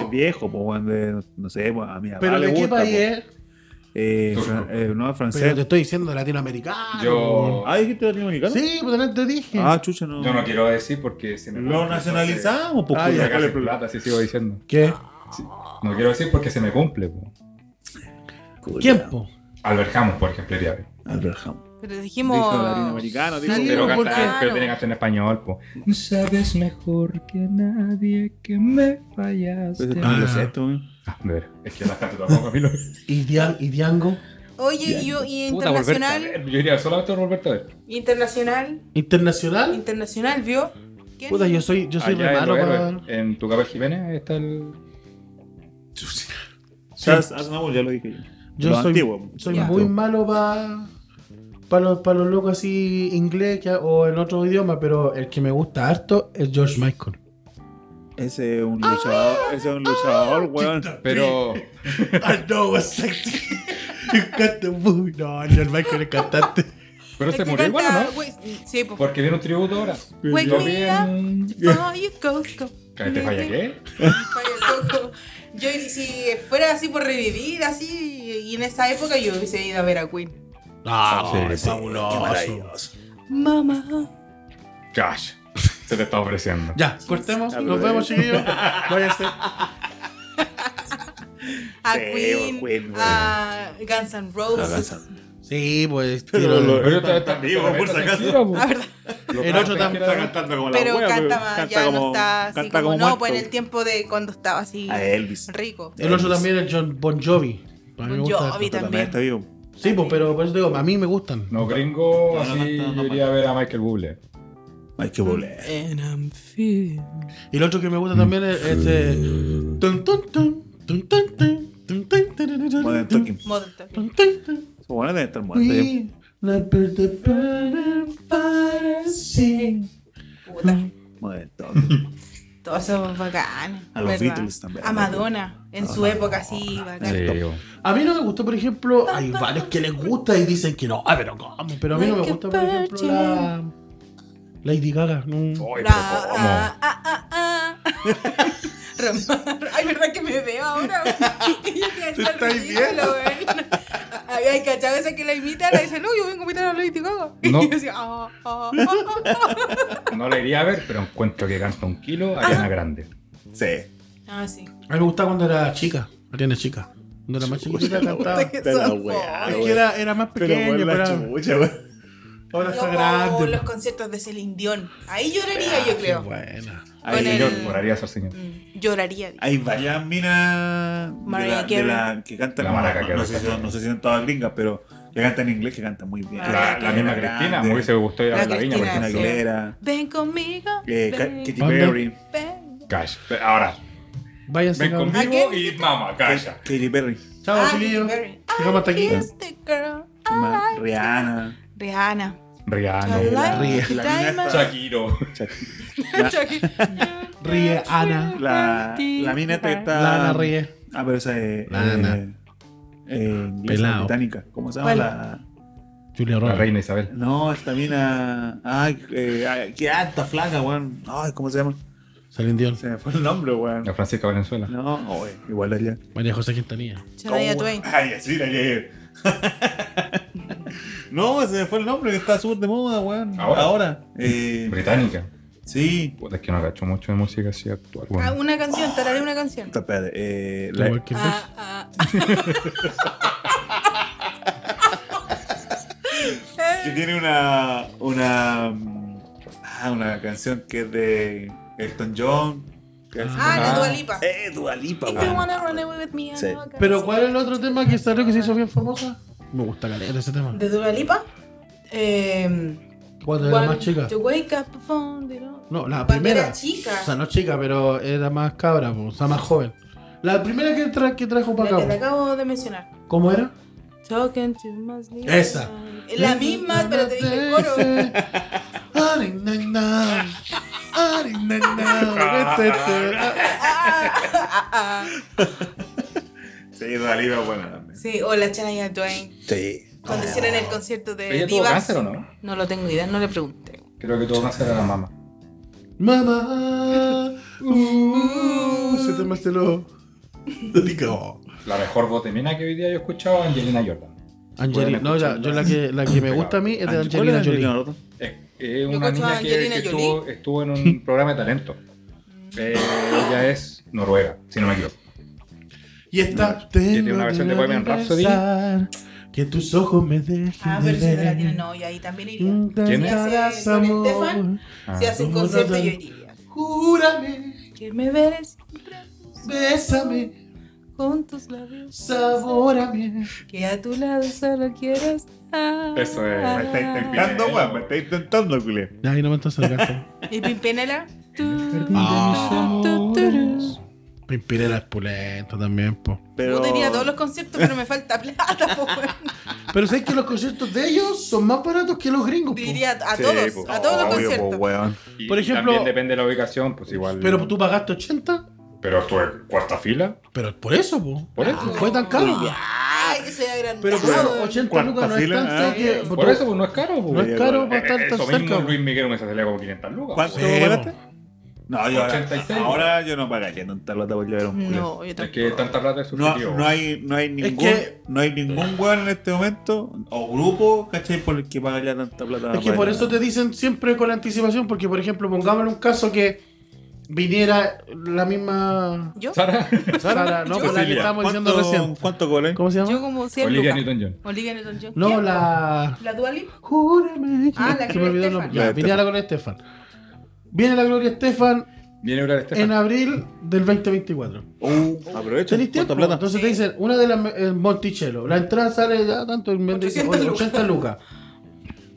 es viejo, pues, weón, de, no sé, pues, a mí.
Pero de qué país es?
pues. Eh, fran- eh, no,
Pero te
francés.
estoy diciendo latinoamericano.
Yo,
Ah, dijiste latinoamericano.
Sí, por delante te dije.
Ah, chucha, no.
yo no quiero decir porque se me.
Lo nacionalizamos, pues,
Ah,
culiao,
ya.
¿cuál es el
Acá
problema?
plata, así sigo diciendo.
¿Qué?
No quiero decir porque se me cumple. po.
Tiempo.
Albert Hammond, por ejemplo, iría a ver.
Albert Hammond.
Pero
Dijo
dijimos.
latinoamericano, dijo.
Sí,
Pero,
¿por
canta-
qué?
pero tiene canción en español. po.
Sabes mejor que nadie que me fallaste.
Ese
Ah.
Camilo Sesto, weón.
Ah, de veras. Es que las canto tampoco,
[LAUGHS]
Camilo.
¿Y, Dian- y Diango?
Oye, y yo, y
Puta, volverte a ver.
internacional.
Yo iría solamente por volverte a ver.
Internacional.
¿Internacional?
Internacional, ¿vio? ¿Quién?
Puta, yo soy, yo soy
Allá
re
en,
malo
Los
para.
Héroes, en tu cabeza Jiménez ahí está el.
Charles Aznavour, ya lo dije yo.
Yo
Lo
soy,
antiguo.
soy
Ya.
muy malo para. Para los, pa' los locos así inglés que- o en otro idioma, pero el que me gusta harto es George Michael.
Ese es un luchador, ese es un luchador, weón.
Pero.
I know what's sexy. [LAUGHS] You got the movie. No, George Michael es cantante.
Pero
El
se
que
murió igual,
canta,
¿o ¿no?
we- Sí, pues.
Porque viene un tributo ahora.
Wake
Yo
me
vi
up.
en-
Before you go, go.
¿Cállate, ¿Te falla qué?
Falla el coco. Yo si fuera así por revivir, así, y en esa época yo hubiese ido a ver a Queen.
Ah,
Sí,
es
sí,
fabuloso.
Mamá.
Gosh. Se te está ofreciendo.
[LAUGHS]
Ya, cortemos. Nos vemos, chiquillos. Váyanse.
a
Sí,
Queen,
Queen,
a Guns N' Roses.
Sí, pues.
Pero
tiro-
lo-
Pero
está-
está,
está vivo, por si acaso.
La verdad.
El otro también.
Está cantando como la
Pero
wea,
canta, más, ya no está así
canta
como, no,
muerto.
pues en el tiempo de cuando estaba así
A Elvis.
rico.
El otro también es John Bon Jovi. A mí me
Bon
gusta.
Jovi.
Pero
también.
está vivo.
Sí, pues, pero por eso te digo, a mí me gustan.
No, gringo,
No, no,
así
no, no, no,
yo iría a ver a Michael Bublé.
Hay que volver.
Eh.
Y el otro que me gusta también es este. Tun, tun, tun, tun, tun, tun, tun, tun, tun, tun,
Modern
tun,
Talking.
Modern Talking.
tun, tun, tun.
Su buena debe estar muerta. ya.
We let the burning fire sing.
Puta,
Modern
[LAUGHS]
Talking.
todos son bacanes.
A los
¿verdad?
Beatles también.
A Madonna, en su época así, bacán.
A mí no me gustó, por ejemplo, hay varios que les gusta y dicen que no, ah, pero ¿cómo? Pero a mí no me gusta, por ejemplo, la Lady Gaga. No.
Ay,
La-
pero ¿cómo?
ah, ah,
[LAUGHS]
ah, ah. Romar. Ay, ¿verdad que me
[LAUGHS]
veo ahora?
estáis
¿Estás Ay, cachado esa que la imita, la dice, no, yo vengo a imitar a Lady Gaga.
No.
[LAUGHS] Y yo decía, ah, ah, ah, ah.
No la iría a ver, pero encuentro que canta un kilo Ariana Grande.
Sí.
Ah, sí.
A mí me gustaba cuando era chica, Ariana chica. Cuando era más chiquita cantaba. Es
Está la
son
wea,
pobres.
que era, era más
Pero
pequeña,
bueno, la
pero
chucha, wea.
ahora está
Loco,
grande.
los conciertos de Celine Dion. Ahí lloraría,
Ah,
yo creo.
Buena.
Ay,
Con
señor,
el-
moraría ser señor.
Mm, Lloraría.
Hay varias minas de
Mariah
la, de
Carey.
la que cantan.
La
no,
maraca
no,
que
no sé si
canta.
no sé si son todas gringas, pero que cantan en inglés, que cantan muy bien.
La, la misma Cristina, me hubiese gustado ir a
Ah, La
ver la viña, por
Cristina,
Cristina
ejemplo.
Aguilera,
Ven conmigo.
eh, Ka-
ven,
Katy
¿Dónde?
Perry.
ven.
Cash. Pero Ahora,
Váyanse
ven
cabrón.
conmigo y mamá, calla.
Katy Perry.
Chao,
Ah,
chiquillos.
Katy Perry.
Llegamos hasta aquí.
I kissed the girl.
Ma- Rihanna.
Rihanna. Ah,
Rihanna.
Like
la
diamond.
mina
Shakiro.
Ríe, Ana.
La, la mina esta que está.
Lana ríe.
Ah, pero esa es.
Lana.
eh, eh, inglesa,
Pelao.
británica. ¿Cómo se llama?
¿Cuál?
La,
Julia
La
Roberts.
reina Isabel.
no, esta mina. Ay, eh, ay, qué alta, flaca, weón. Ay, ¿cómo se llama?
Celine Dion.
Se me fue el nombre, weón.
La Francisca Valenzuela.
No, oye, igual allá.
María José Quintanilla.
Shania Twain.
[LAUGHS] Ay, así era que. no, se me fue el nombre que está súper de moda, weón.
Ahora.
Eh,
Británica.
sí.
Puta, es que no cacho mucho de música así actual.
Ah,
Bueno.
una canción, tararé una canción.
Puta, espérate, eh,
La...
la-
Ah, [LAUGHS] ah.
que tiene una. Una. mm, Ah, una canción que es de Elton John. que es-
Ah, la
Ah.
Dua Lipa. Este
Eh, Dualipa,
If you
weón.
wanna run away with me, I
Sí.
know I can
Pero
see
¿cuál es el otro tema que salió que se hizo bien famosa? Me gusta caleta ese tema.
you. ¿De Dua Lipa? Eh,
Cuando era
One-
más chica.
To wake up before the dawn.
No, la
Cuando
primera.
era chica.
O sea, no chica, pero era más cabra, po, o sea, más joven. La primera que, tra- que trajo
La
para
que te
acá.
acabo de mencionar.
po. ¿Cómo era?
Talking to my sleep.
Esa.
Es La misma, pero te dije el coro.
Ari, na, na. Ari, na, na. Te, te, te. Ah,
Ah, ah, ah.
Sí, Dualipa, bueno, también.
Sí, o la Shania Twain.
Sí.
Cuando hicieron el concierto de
¿Ella tuvo
Divas.
cáncer o no?
No lo tengo idea, no le pregunté.
Creo que tuvo cáncer a la mamá.
Mamá. Uh, ese tema se lo. lo digo.
La mejor voz de mina que hoy día yo he escuchado es Angelina Jordan.
Angelina, no, ya, yo la que, la que me gusta a mí
Ah,
es de Angelina Jolie.
Es es
Yo
una
cacho a
niña que,
Angelina
que
Jolie. Mm.
estuvo, estuvo en un [LAUGHS] programa de talento. Eh, ella es noruega, si no me equivoco.
Y esta.
tiene
tengo
una versión
que
de Bohemian Rhapsody.
regresar, Que tus ojos me dejen.
Ah, pero si
de
te la
ver.
tienen, no, y ahí también iría.
¿Quién
Intentarás
es?
Si hace Gloria
amor.
Estefan,
Ah.
Si hacen
¿Cómo no
concierto,
te-
yo iría.
Júrame,
Que me veres siempre
bésame,
con tus labios.
sabórame.
Que a tu lado solo quiero estar.
Eso es,
Me está intentando, weón. Me está intentando, culé.
Ay, no me estás sacando.
¿Y Pimpinela?
Ah.
Tu, tu, tu,
Pimpiré las pulentas también, po.
Yo
Pero.
diría todos los conciertos, pero me falta plata, [LAUGHS] po, weón.
Pero sé que los conciertos de ellos son más baratos que los gringos, po.
Diría a
Sí,
todos,
po.
a todos los
Obvio, po,
conciertos.
weón.
Y
Por ejemplo-
también depende de la ubicación, pues igual.
Pero tú pagaste 80,
Pero estuve cuarta fila.
pero por eso, po.
Por eso.
Fue tan caro. po.
Ay, que soy agrandado.
Pero claro, 80
Cuarta
lucas no es
fila,
tan
ah.
cerca.
Sí.
po,
Por
tú-
eso pues, no es caro.
No
Pues.
es caro para
Eh,
estar tan
eso
cerca.
mismo
po.
Luis Miguel me salía como 500 lucas.
¿Cuánto
Sí, po.
pagaste? No, yo ahora,
86.
ahora yo no pagaría tanta plata por llevar un culé.
No, yo
pues. Es
tampoco.
que tanta plata es
No,
subjetivo.
no hay, no hay ningún,
que-
no hay ningún weón en este momento, o grupo, ¿cachai? Por el que pagaría tanta plata.
Es que
para
por
llevar.
eso te dicen siempre con anticipación, porque por ejemplo, pongámosle un caso que viniera la misma
¿Yo? [LAUGHS]
Sara,
Sara, no, por la que
Cecilia,
estábamos diciendo
¿cuánto-
recién.
¿Cuánto goles?
¿Cómo se
Yo
llama?
como 100
Olivia
lucas.
Newton-John.
Olivia Newton-John.
No,
¿Quién?
la.
¿La Dua Lipa?
Júrame.
Ah, la
Se me olvidó
Gloria
el
Estefan.
nombre.
La
Ya,
de
Viene la Gloria Estefan. Viene la Gloria Estefan
Viene Eulalia
en
Estefan.
abril del 2024.
Uh, aprovecha.
¿Tenéis tiempo?
¿Cuánta plata?
Entonces te dicen, una de las el Monticello. La entrada sale ya tanto en vez de
800
oye, 80 lucas.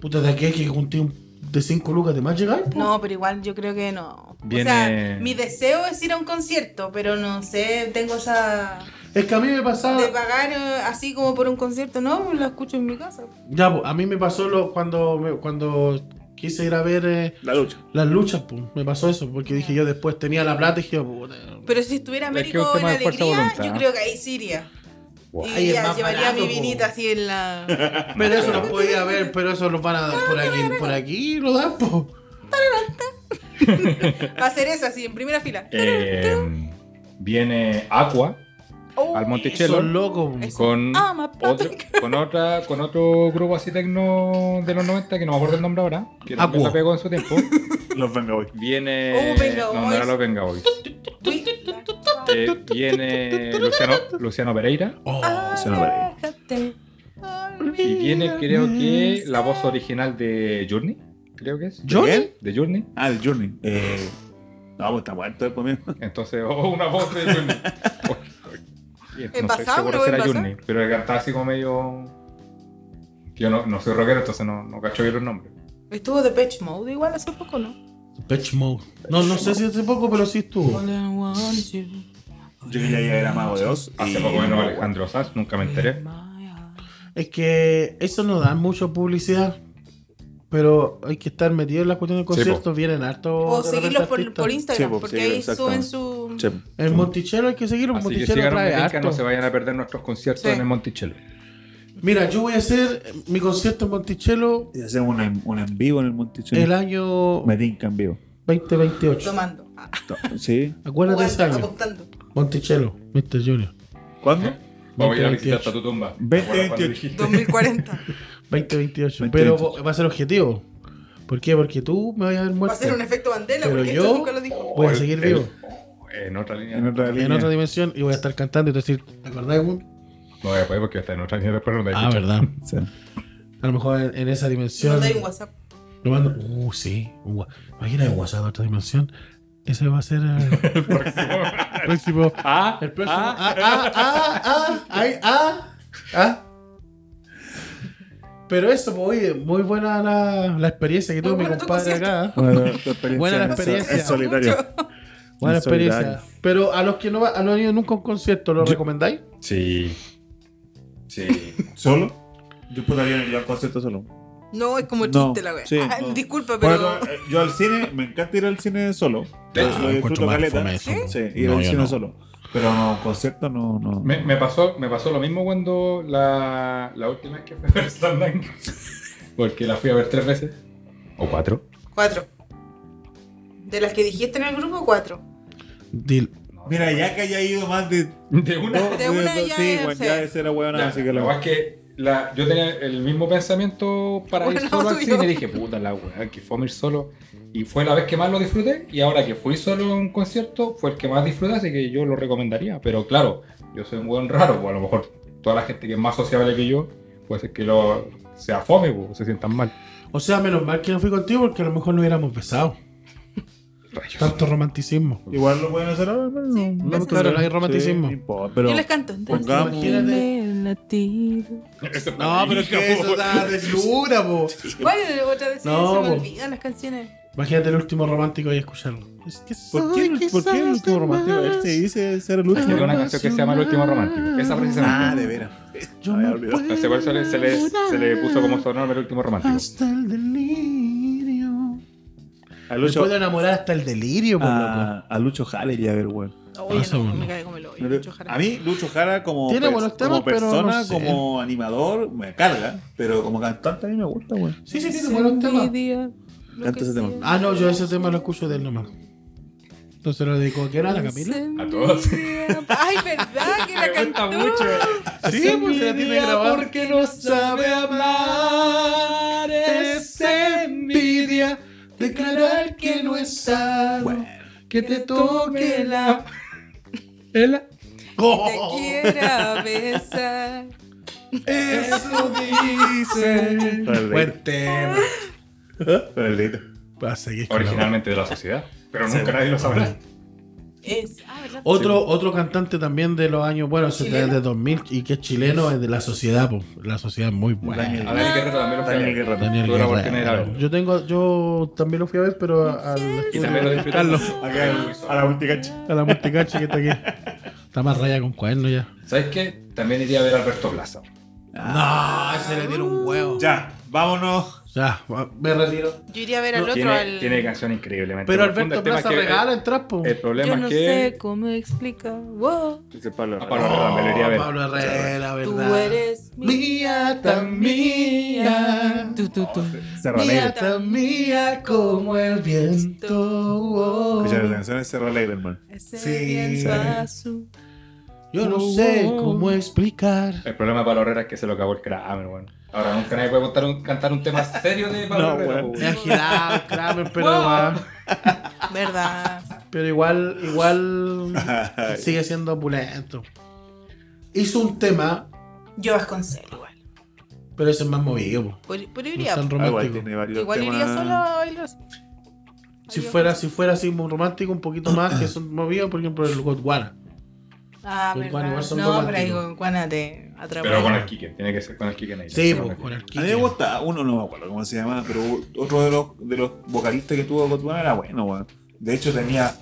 Puta, de aquí hay que juntar un- de 5 lucas de más llegar. po.
No, pero igual yo creo que no.
Viene-
O sea, mi deseo es ir a un concierto, pero no sé, tengo esa
Es que a mí me pasaba.
de pagar eh, así como por un concierto, no, lo escucho en mi casa.
Ya, po, a mí me pasó lo, cuando, me- cuando quise ir a ver eh,
La lucha.
las luchas. po. Me pasó eso, porque dije yo después tenía la plata y dije, puta.
Pero si estuviera
Es que es un
Américo en
tema de fuerza de
alegría,
voluntad.
yo creo que ahí sí iría.
Ahí
Y
es
ya
más
llevaría
barato, po.
mi vinita así
[LAUGHS]
en la.
Pero eso lo podía ver, pero eso lo van a dar por aquí, por aquí lo dan, po.
Va a ser esa, así, en primera fila.
Eh, viene Aqua
Oh,
al Monticello
Son locos, po.
con,
Ah, más plata.
otro, con, otra, con otro grupo así tecno de los 90 que no me acuerdo el nombre ahora. Que también
Aqua.
se pegó en su tiempo.
Los venga hoy.
Viene.
Oh, Venga
no, no
Boys.
era los Venga Boys. Eh, viene Luciano, Luciano Pereira.
Oh,
Ah.
Se nos va a ir.
Déjate.
Y viene, creo que, la voz original de Journey. Creo que es.
¿Johnny?
¿Miguel?
De Journey.
Ah, el Journey. Eh, no, pues está muerto después mismo.
Entonces, [LAUGHS] oh, una voz de
[LAUGHS]
Journey. Oh, oh. Y
¿En
no estoy
pasado,
seguro
no
si
en
era
pasado?
Journey, pero el cantaba así como medio. Yo no, no soy rockero, entonces no, no cacho bien los nombres.
Estuvo de Pitch Mode igual hace poco, ¿no?
Pitch Mode. No, no sé si hace poco, pero sí estuvo.
All I want you.
Yo que ya era mago de Oz.
Hace
y-
poco menos Alejandro Sanz, nunca me enteré.
Es que eso no da mucho publicidad. Pero hay que estar metido en las cuestiones de
Sí, po.
conciertos. Vienen harto. de
O
repente
seguirlos por,
artistas.
por Instagram,
Sí, po,
porque
sí,
ahí suben
exactamente.
su.
Che,
El Monticello hay que seguirlo. El
Así que
Monticello
sigan
trae
a Metallica,
harto.
no se vayan a perder nuestros conciertos
Sí.
en el Monticello.
Mira, yo voy a hacer mi concierto en Monticello
Y hacemos un en, un en vivo en el Monticello.
el año
Me tinca en vivo.
2028.
Tomando. Ah,
To- Sí.
Acuérdate de ese
jugando,
año.
apostando.
Monticello, Mr. Junior.
[LAUGHS]
¿Cuándo?
Vamos a ir a
2028.
visitar hasta tu tumba.
2028.
2040.
2028.
2028.
Pero va a ser objetivo. ¿Por qué? Porque tú me vas a ver
Va a
muerto.
ser un efecto Mandela,
Pero
porque
yo-
esto nunca lo dijo.
Voy a seguir vivo.
Oh, En otra línea.
En otra línea.
En otra dimensión y voy a estar cantando y te voy a decir, ¿te acordás, weón?
No voy a poder porque está en otra línea después no te
Ah, verdad.
Sí.
A lo mejor en, en esa dimensión.
No hay un WhatsApp.
Lo mando. Uh, sí. un wa- Imagina el WhatsApp de otra dimensión. Ese va a ser
[LAUGHS]
eh,
El próximo.
el próximo.
Ah,
El próximo. Ah, ah, ah, ah, ay, ah, ah. Pero eso, pues, oye, muy buena la, la experiencia que tuvo
Muy
mi
bueno tu
compadre acá.
[LAUGHS]
Bueno, tu experiencia
Buena la
en sol-
experiencia.
En solitario.
Buena
En solidario.
experiencia. Pero a los que no, va- no han ido nunca a un concierto, ¿lo
Yo-
recomendáis?
[LAUGHS] Sí. Sí.
[LAUGHS]
¿Solo? Yo podría ir al concierto solo.
No, es como
No,
chiste la wea.
sí,
Ah,
no.
Disculpa,
Bueno,
pero.
no, eh, yo al cine, me encanta ir al cine solo.
De hecho,
Yo
lo
encuentro más fome eso.
Sí, ir
No,
al
yo
cine
no.
solo. Pero no, concierto no. no.
Me, me pasó, me pasó lo mismo cuando la, la última vez que fui a ver Slamdunk. [LAUGHS] Porque la fui a ver tres veces. O cuatro.
Cuatro. De las que dijiste en el grupo, cuatro.
Dil-
Mira, ya que haya ido más de.
De una.
dos,
De una ya
sí,
es-
bueno,
sí.
ya ese era huevona,
Ya,
así
la
que la
verdad es que la- yo tenía el mismo pensamiento para ir
Bueno,
solo al
tuyo.
cine. Dije, puta la weá, que fome ir solo. Y fue la vez que más lo disfruté. Y ahora que fui solo a un concierto, fue el que más disfruté. Así que yo lo recomendaría. Pero claro, yo soy un weón raro. pues, a lo mejor toda la gente que es más sociable que yo, pues es que lo sea fome, pues, se sientan mal.
O sea, menos mal que no fui contigo porque a lo mejor no hubiéramos besado. Tanto romanticismo.
Igual lo pueden hacer ahora, hermano.
Sí,
no,
no,
no,
claro, no hay
sí,
romanticismo.
no importa, pero
Yo les canto.
Pongamos-
Dime el latido.
No, pero es
[LAUGHS]
que eso da desnura, po.
Bueno, otra vez
No,
se me
po.
olvidan las canciones.
Imagínate el último romántico y escucharlo. Es que soy
¿Por qué, ¿por qué el
quizás
último romántico?
más.
Él se dice ser
Es
el
que
último.
tiene una canción que se llama El último romántico. Esa precisamente.
Ah.
veras.
Yo
Había
me
olvidado.
puedo
No sé por eso le- se le, se le puso como sonoro El último romántico.
Hasta el delirio.
A
Me
Lucho, Ah.
puedo enamorar hasta el
[LAUGHS]
delirio, por loco.
a, a Lucho Jara iría a ver, weón.
Oye,
Pasa
no,
uno.
me cae como el hoyo. Lucho Jara.
A mí, Lucho Jara, como,
Tiene
pers-
buenos temas,
como
pero no
persona,
sé.
como animador, me carga. Pero como cantante, a mí me gusta, [LAUGHS] weón.
Sí, sí, tiene buenos temas.
Envidia, lo
Canta
que
ese tema.
sea.
Ah, no, yo ese tema lo escucho de él nomás. Entonces lo dedico a quién a la Camila.
Envidia.
A todos.
Ay, ¿verdad? Que la cantó.
Sí, pues se la tiene grabada.
porque no
sabe hablar. Es envidia. Declarar que no es sano. Que te toque la.
Ela.
Te
Oh.
quiera besar.
Eso dice.
Dale.
Buen tema.
Maldito.
Va a seguir con la-
Originalmente de la sociedad. Pero nunca nadie lo sabrá.
Es, ah, ¿verdad?
Otro, otro cantante también de los años, bueno, se
¿Chileno?
de 2000 y que es chileno, es de la sociedad, po. la sociedad es muy buena.
Daniel.
A Daniel Guerrero también lo fue a
Daniel
ver.
Guerrero.
Daniel
Tuve la
Guerrero.
oportunidad de ir a verlo.
Yo tengo, yo también lo fui a ver, pero a- al
Y
estudio
también lo
de
disfruté.
Carlos,
Acá el- a la multicacha.
a la multicacha que está aquí. Está más raya con cuaderno ya.
¿Sabes qué? También iría a ver a Alberto Plaza.
no, se le dieron un huevo. Ya,
Ya, vámonos.
va- me retiro.
Yo iría a ver al otro.
Tiene,
al...
tiene canciones increíblemente.
Pero
profundas.
Alberto
El tema es
Plaza
que- eh,
regala el trapo.
El problema
Yo no
es que.
sé cómo explicar. Wow.
Dice Pablo.
A Pablo Herrera, me lo iría a ver.
Pablo Herrera,
Tú
¿verdad?
eres mi.
Mía tan mía.
Tú, tú,
Oh,
tú.
Serra
Mía
Negra.
tan mía como el viento. oh.
Escucha la canción de Serra Negra, hermano.
Ese
Sí.
viento azul.
Yo no sé cómo explicar.
El problema de Pablo Herrera es que se lo acabó el Kramer, weón. Ahora nunca nadie puede contar un- cantar un tema serio de Pablo
No,
Herrera,
weón.
po,
Me ha girado el Kramer, pero, ah,
¿Verdad?
pero igual, igual
[LAUGHS]
sigue siendo opulento. Hizo un tema,
Yo Vasconcelos igual.
pero ese es más movido. po.
Por, por
No
iría.
es tan
Ah, igual
romántico.
tiene varios
Igual iría
temas.
solo a bailar.
Si
Adiós.
fuera, si fuera así muy romántico, un poquito más que son movidos, por ejemplo, el Godwana.
Ah,
Con Juan
verdad.
igual son
No, pero ahí
románticos.
con Juana te atrapó.
Pero con el Kike, tiene que ser con el Kike Neira.
Sí,
con
po,
el
con el
A mí me
Kike.
gusta, uno no me acuerdo cómo se llamaba, pero otro de los, de los vocalistas que tuvo Godwana era bueno, weón. De hecho tenía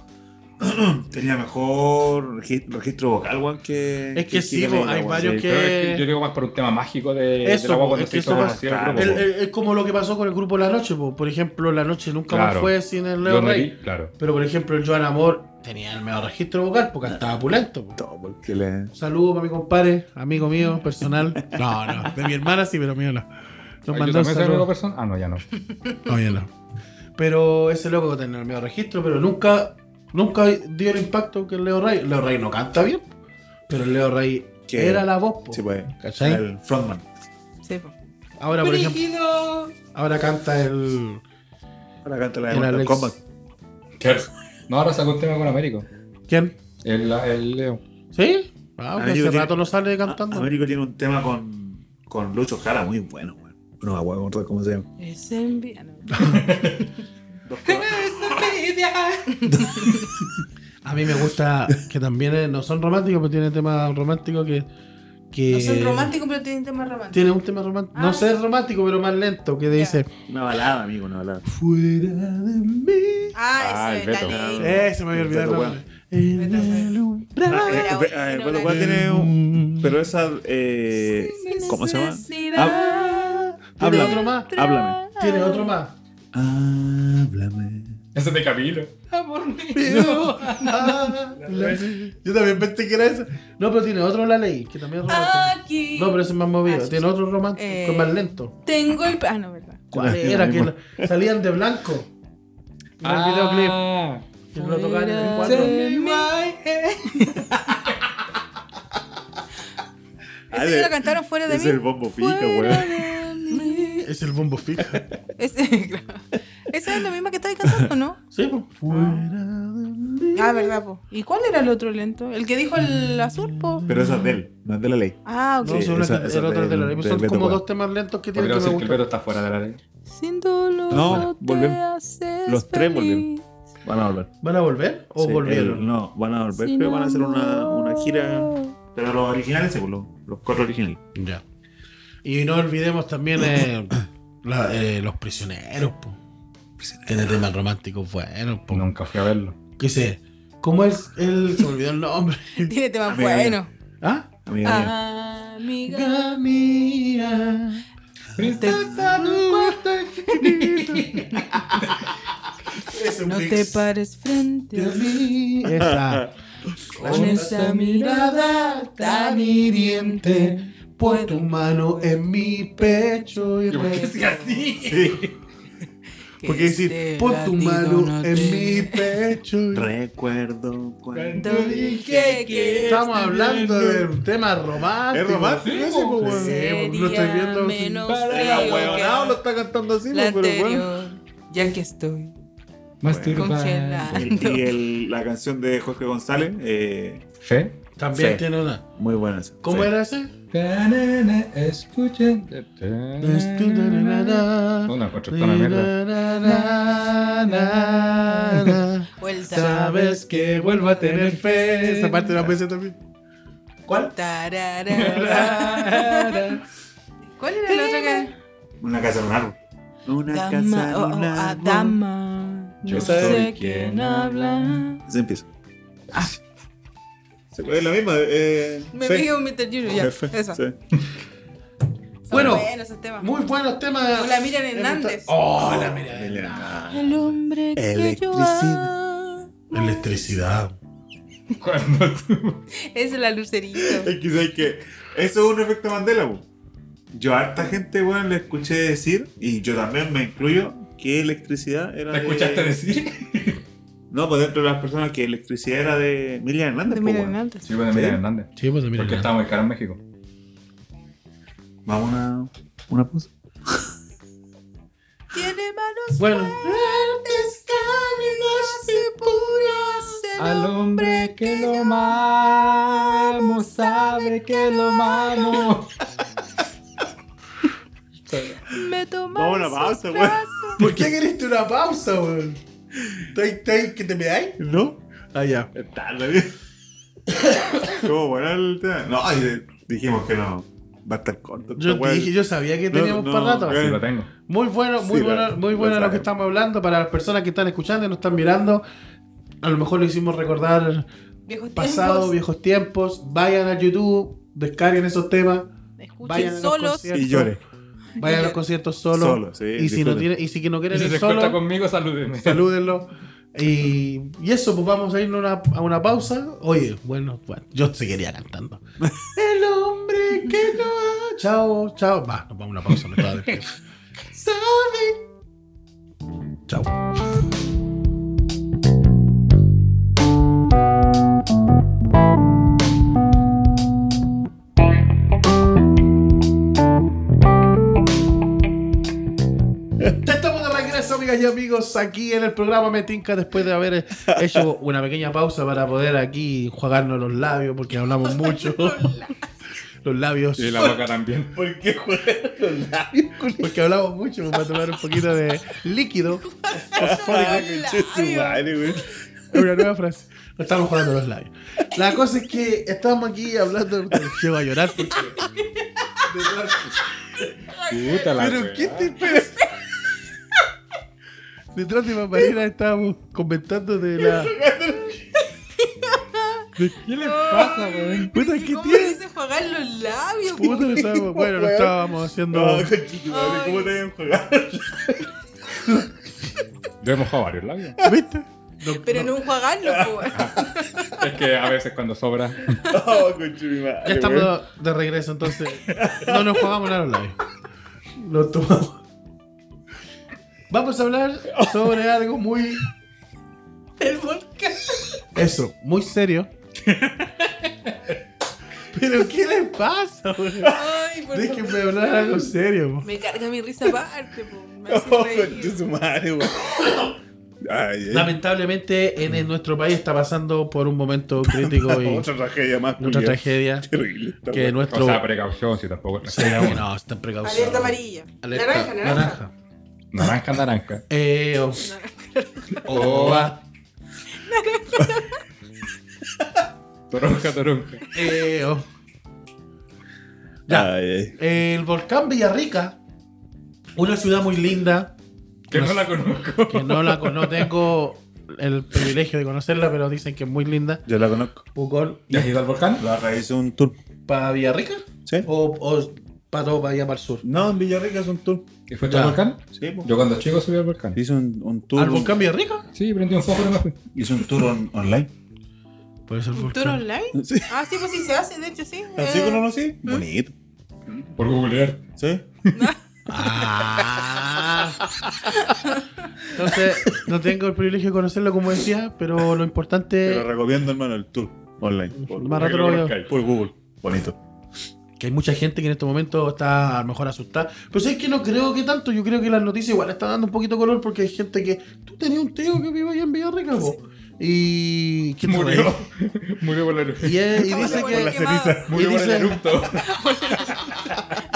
[CLEARS THROAT] tenía mejor regi- registro vocal, weón, que.
Es que sí,
Kike
po, hay
Neira,
varios
sí.
que-
Pero es que yo digo más por un tema mágico de,
Eso,
de la guagua
po,
cuando
es
se
que
hizo
eso
conocido el
pasa.
grupo,
El-
po.
el- Es como lo que pasó con el grupo La Noche. po. Por ejemplo, La Noche nunca más
Claro.
fue sin el Leo
Yo no
Rey.
vi, claro.
Pero por ejemplo, el Joan Amor tenía el mejor registro vocal porque estaba pulento. po.
Todo, porque le.
Saludos para mi compadre, amigo mío, personal. No, no, de mi hermana sí, pero mío no.
Ah,
Nos
¿Yo
mandó un
también soy la única
saludo.
persona? Ah, no, ya no.
No, yo no. Pero ese loco tenía el medio registro, pero nunca, nunca dio el impacto que el Leo Rey. Leo Rey no canta bien, pero el Leo Rey
Que-
era la voz. po.
Sí, pues.
¿Cachai?
El frontman.
Sí, po.
Ahora, Ah, por ejemplo, ahora canta el,
Ahora canta la de
el
Mortal
Alex.
Kombat.
No, ahora sacó un tema con Américo.
¿Quién?
El, el Leo.
¿Sí? Ah, pues
Ah, yo
hace
tiene-
rato no sale
A-
cantando.
Ah, Américo tiene un tema con, con Lucho Jara muy bueno, weón. No me acuerdo cómo- cómo se llama.
Es envidia. [LAUGHS] no.
Dos temas.
A mí me gusta que también eh, no son románticos, pero tiene temas románticos que. que
No son románticos, pero tienen temas románticos.
Eh, Tiene un tema romántico. No
Ah.
sé, es romántico, pero más lento. Que dice:
Una balada, amigo, una balada.
Fuera de mí.
Ah,
Ah,
ese
el
es la
Beto.
ley.
Eh, se me había olvidado.
Beto
el nombre. En el
Ah,
umbral.
eh,
Ahora,
ve-
hoy
ah,
no
bueno,
la-
igual tiene un- Pero esa. eh,
Sin
¿Cómo se llama? Ah,
necesidad
Tiene
Habla.
otro más.
Háblame.
Ah, Tiene otro más.
Háblame.
Ese es de Camilo.
[LAUGHS] Yo también pensé que era ese. No, pero tiene otro la ley, que
Ah,
también es romántico.
Aquí.
No, pero ese es más movido. Tiene otro romántico,
Ah, Eh.
que es más lento.
Tengo el. Ah, no, verdad.
¿Cuál era? Que la- salían de blanco. En el videoclip.
Ah,
Que lo tocaban en el
Ah, Fuera
cuatro.
de mí.
Ah,
Ese que
de-
lo cantaron fuera de
es
mí.
el bombo fijo,
Fuera
weón.
de mí.
Es el bombo fija.
Ese, [LAUGHS] claro. Esa es la misma que estáis cantando, ¿no?
Sí, po. Fuera de mí.
Ah, verdad, po. ¿Y cuál era el otro lento? ¿El que dijo el azul, po?
Pero esa es de él, no es de la ley.
Ah, ok.
No,
Sí,
son, una-
esa- esa
era otra
del-
de la ley, pero
del
son
Beto
como
Guevara.
dos temas lentos que tienen
Podríamos
que me
decir que
gustan.
el Beto está fuera de la ley.
Sin dolor
No,
no te
volvemos.
haces
Los tres
feliz.
volvemos. Van a volver.
¿Van a volver? ¿O
Sí,
volvieron?
el- no, van a volver,
Sin
pero van a hacer una,
amor.
una gira. Pero los originales, sí, pues, los, los cuatro originales.
Ya. Y no olvidemos también eh, [COUGHS] la- eh, los prisioneros, po. Tiene temas románticos buenos, po.
Nunca fui a verlo.
¿Qué dice? ¿Cómo es el.? Se me olvidó el nombre.
Tiene temas
Amiga mía.
buenos.
[LAUGHS] ¿Ah?
Amiga mía.
Amiga.
mía. Princesa de un cuarto [LAUGHS] infinito. es un
No te
mix
pares frente a
de mí.
mí
Esa.
[LAUGHS] con esa mirada tan hiriente.
Pon tu mano en mi pecho y
¿Y por qué
re-
sigue así?
que
Porque
este
decir, pon tu
latido
mano
no
en
te- [LAUGHS]
mi pecho. y-
Recuerdo cuando.
Cuando dije que
Estamos hablando de un tema romántico.
¿Es romántico
Sí,
ese,
po,
po,
weón.
weón?
Sí, porque lo estoy viendo.
Sería menos
Para,
frío
weón,
que
ah, lo está cantando así,
la
po, pero bueno.
anterior, ya que estoy Congelado.
Y, y el- la canción de Jorge González, eh,
Fe.
También
Sí.
tiene una.
muy buena. esa.
¿Cómo
Sí.
era ese?
Tanana, escuchen.
Una constructora mierda.
Vuelta.
Sabes que vuelvo a tener fe. Esa parte la pensé también. ¿Cuál? [LAUGHS]
Tararara. ¿Cuál era la otra que?
Una casa en un árbol. Una
Dama.
en
Oh,
un
oh, ah,
árbol.
dama.
Yo
No
soy
sé
quien
quién habla.
Se empieza. Se- Es la misma. Eh,
Me
sí.
pidió un Mr. Junior ya.
Jefe,
Eso.
sí.
Son
Bueno,
buenos esos temas.
Muy Oh. buenos temas.
Hola, Miriam Hernández.
Oh,
Hola, Miriam
eh.
El hombre que yo
Electricidad.
amo.
Electricidad.
Cuando tú-
Esa es la lucerita.
Es que, ¿sabes qué? Eso es un efecto Mandela, po. Yo a harta gente, weón, le escuché decir, y yo también me incluyo, que electricidad era
¿Te
de-
escuchaste decir?
[LAUGHS] No, pues dentro de las personas que electricidad era de Miriam Hernández,
De
po,
Miriam
weón.
Hernández.
Sí, bueno, Miriam Hernández.
Sí, pues mira.
Porque estaba muy caro en México.
Vamos a una, una pausa.
Tiene manos
Bueno.
fuertes, cálidas y puras.
Al hombre que lo amo, sabe que lo amo.
Me toma
Vamos a una
en
pausa,
sus
weón.
brazos.
¿Por qué queriste una pausa, weón? ¿Que te veáis?
¿No?
Ah, ya.
Está la bien. [COUGHS] ¿Cómo bueno el tema? No, y de- dijimos que no. Va a estar corto. esta
Yo te
weá.
dije, yo sabía que
No,
teníamos
no,
para rato.
weón.
Sí, lo tengo.
Muy bueno, muy
Sí,
bueno,
la-
muy
la
bueno lo
sabe.
que estamos hablando. Para las personas que están escuchando y nos están mirando, a lo mejor lo hicimos recordar
Viejos
pasado,
tiempos.
viejos tiempos. Vayan a YouTube, descarguen esos temas,
Escuchen
vayan a los
solos.
conciertos.
Y llore.
vayan a los conciertos solo.
Solo, sí,
y, si no
disfruten.
tienen- y si que no
Y
quieren
si
ir
se encuentra
solo,
conmigo, salúdenme.
salúdenlo. Y, y eso, pues vamos a ir a una, a una pausa. Oye, bueno, bueno, yo seguiría
[LAUGHS]
cantando. El hombre que no ha... Chao, chao. Va, nos vamos a una pausa. Me estaba despidiendo. Sabe. Chao. Ya Estamos de regreso, amigas y amigos, aquí en el programa Metinca, después de haber hecho una pequeña pausa para poder aquí jugarnos los labios, porque hablamos mucho.
[LAUGHS]
los labios.
Y la boca también.
¿Por qué juegan los labios? Porque hablamos mucho, vamos a tomar un poquito de líquido.
Ah, [LAUGHS] conche su madre, weón.
Es una nueva frase. Nos estamos jugando los labios. La cosa es que estamos aquí hablando. [LAUGHS] Llego a llorar porque.
Puta la
Pero
wea.
¿qué te pasa? Detrás de Mamarina estábamos comentando de la.
¿Qué le pasa, weón?
Puta,
¿Y
¿qué
¿Cómo le
tiene?
dice jugar los labios?
Puta, no estábamos. Bueno, lo estábamos haciendo.
No, conche su madre, ¿Cómo
Ay.
te habían [LAUGHS] jugado?
Yo he mojado varios labios.
¿Viste?
po? Pero no un jugarlo, po.
[LAUGHS]
Es que a veces cuando sobra.
Oh, conche mi madre,
Ya
weón.
estamos de regreso, entonces. No nos jugamos nada los labios. Lo tomamos. Vamos a hablar sobre algo muy.
El volcán.
Eso, muy [LAUGHS] serio. Pero ¿qué le pasa, weón?
Ay, por favor.
Déjenme hablar algo serio, po.
Me carga mi risa aparte, po. Me hace
[LAUGHS] Oh,
reír.
conche su madre, weón. Ay, ay.
Lamentablemente en, en nuestro país está pasando por un momento crítico
[LAUGHS]
y
Otra tragedia más,
mucha
culiao. [LAUGHS]
tragedia
Terrible. esta
que
weá.
nuestro...
O sea, precaución, si tampoco.
Sí, no, está en precaución.
Alerta amarilla.
Alerta
naranja, naranja.
naranja.
Naranja, naranja.
Eh,
[LAUGHS]
oh. ah. Oa,
Toronja, toronja.
eh, oh. Ya,
Ay, ay.
el volcán Villarrica, una ciudad muy linda,
Que no la conozco.
que no la con- no tengo el privilegio de conocerla, pero dicen que es muy linda.
Yo la conozco.
Pucón,
¿Ya has ido al volcán?
La otra hice un tour.
¿Para Villarrica?
¿Sí?
¿O, o para todo, para allá, para el sur?
No, en Villarrica es un tour.
¿Y fuiste al
Ya.
volcán?
Sí, po.
Yo cuando chico subí al volcán.
Hice un, un tour.
¿Al volcán Villarrica?
Sí, prendí un foco y me fui.
Hice un tour on-
[LAUGHS]
online.
Puede ser
¿Tour online?
Sí.
Ah, sí, pues sí se hace, de hecho, sí.
¿Así
Eh,
que conocí? Bonito.
Por googlear.
¿Sí?
Eh. Ah. [LAUGHS] Entonces, no tengo el privilegio de conocerlo, como decía, pero lo
Te lo
importante.
recomiendo, hermano, el tour online. Por,
Más rato lo voy a-
Creo que
por Google. Bonito.
que hay mucha gente que en este momento está a lo mejor asustada. Pero sabes que no creo que tanto, yo creo que las noticias igual están dando un poquito de color porque hay gente que. Tú tenías un tío que vive allá en Villarrica, po. Y. ¿quién te
Murió.
reí?
[LAUGHS] Murió por la
Y, es-
[LAUGHS]
y dice
Por
que.
la ceniza.
Murió
y
por el
dice-
eructo.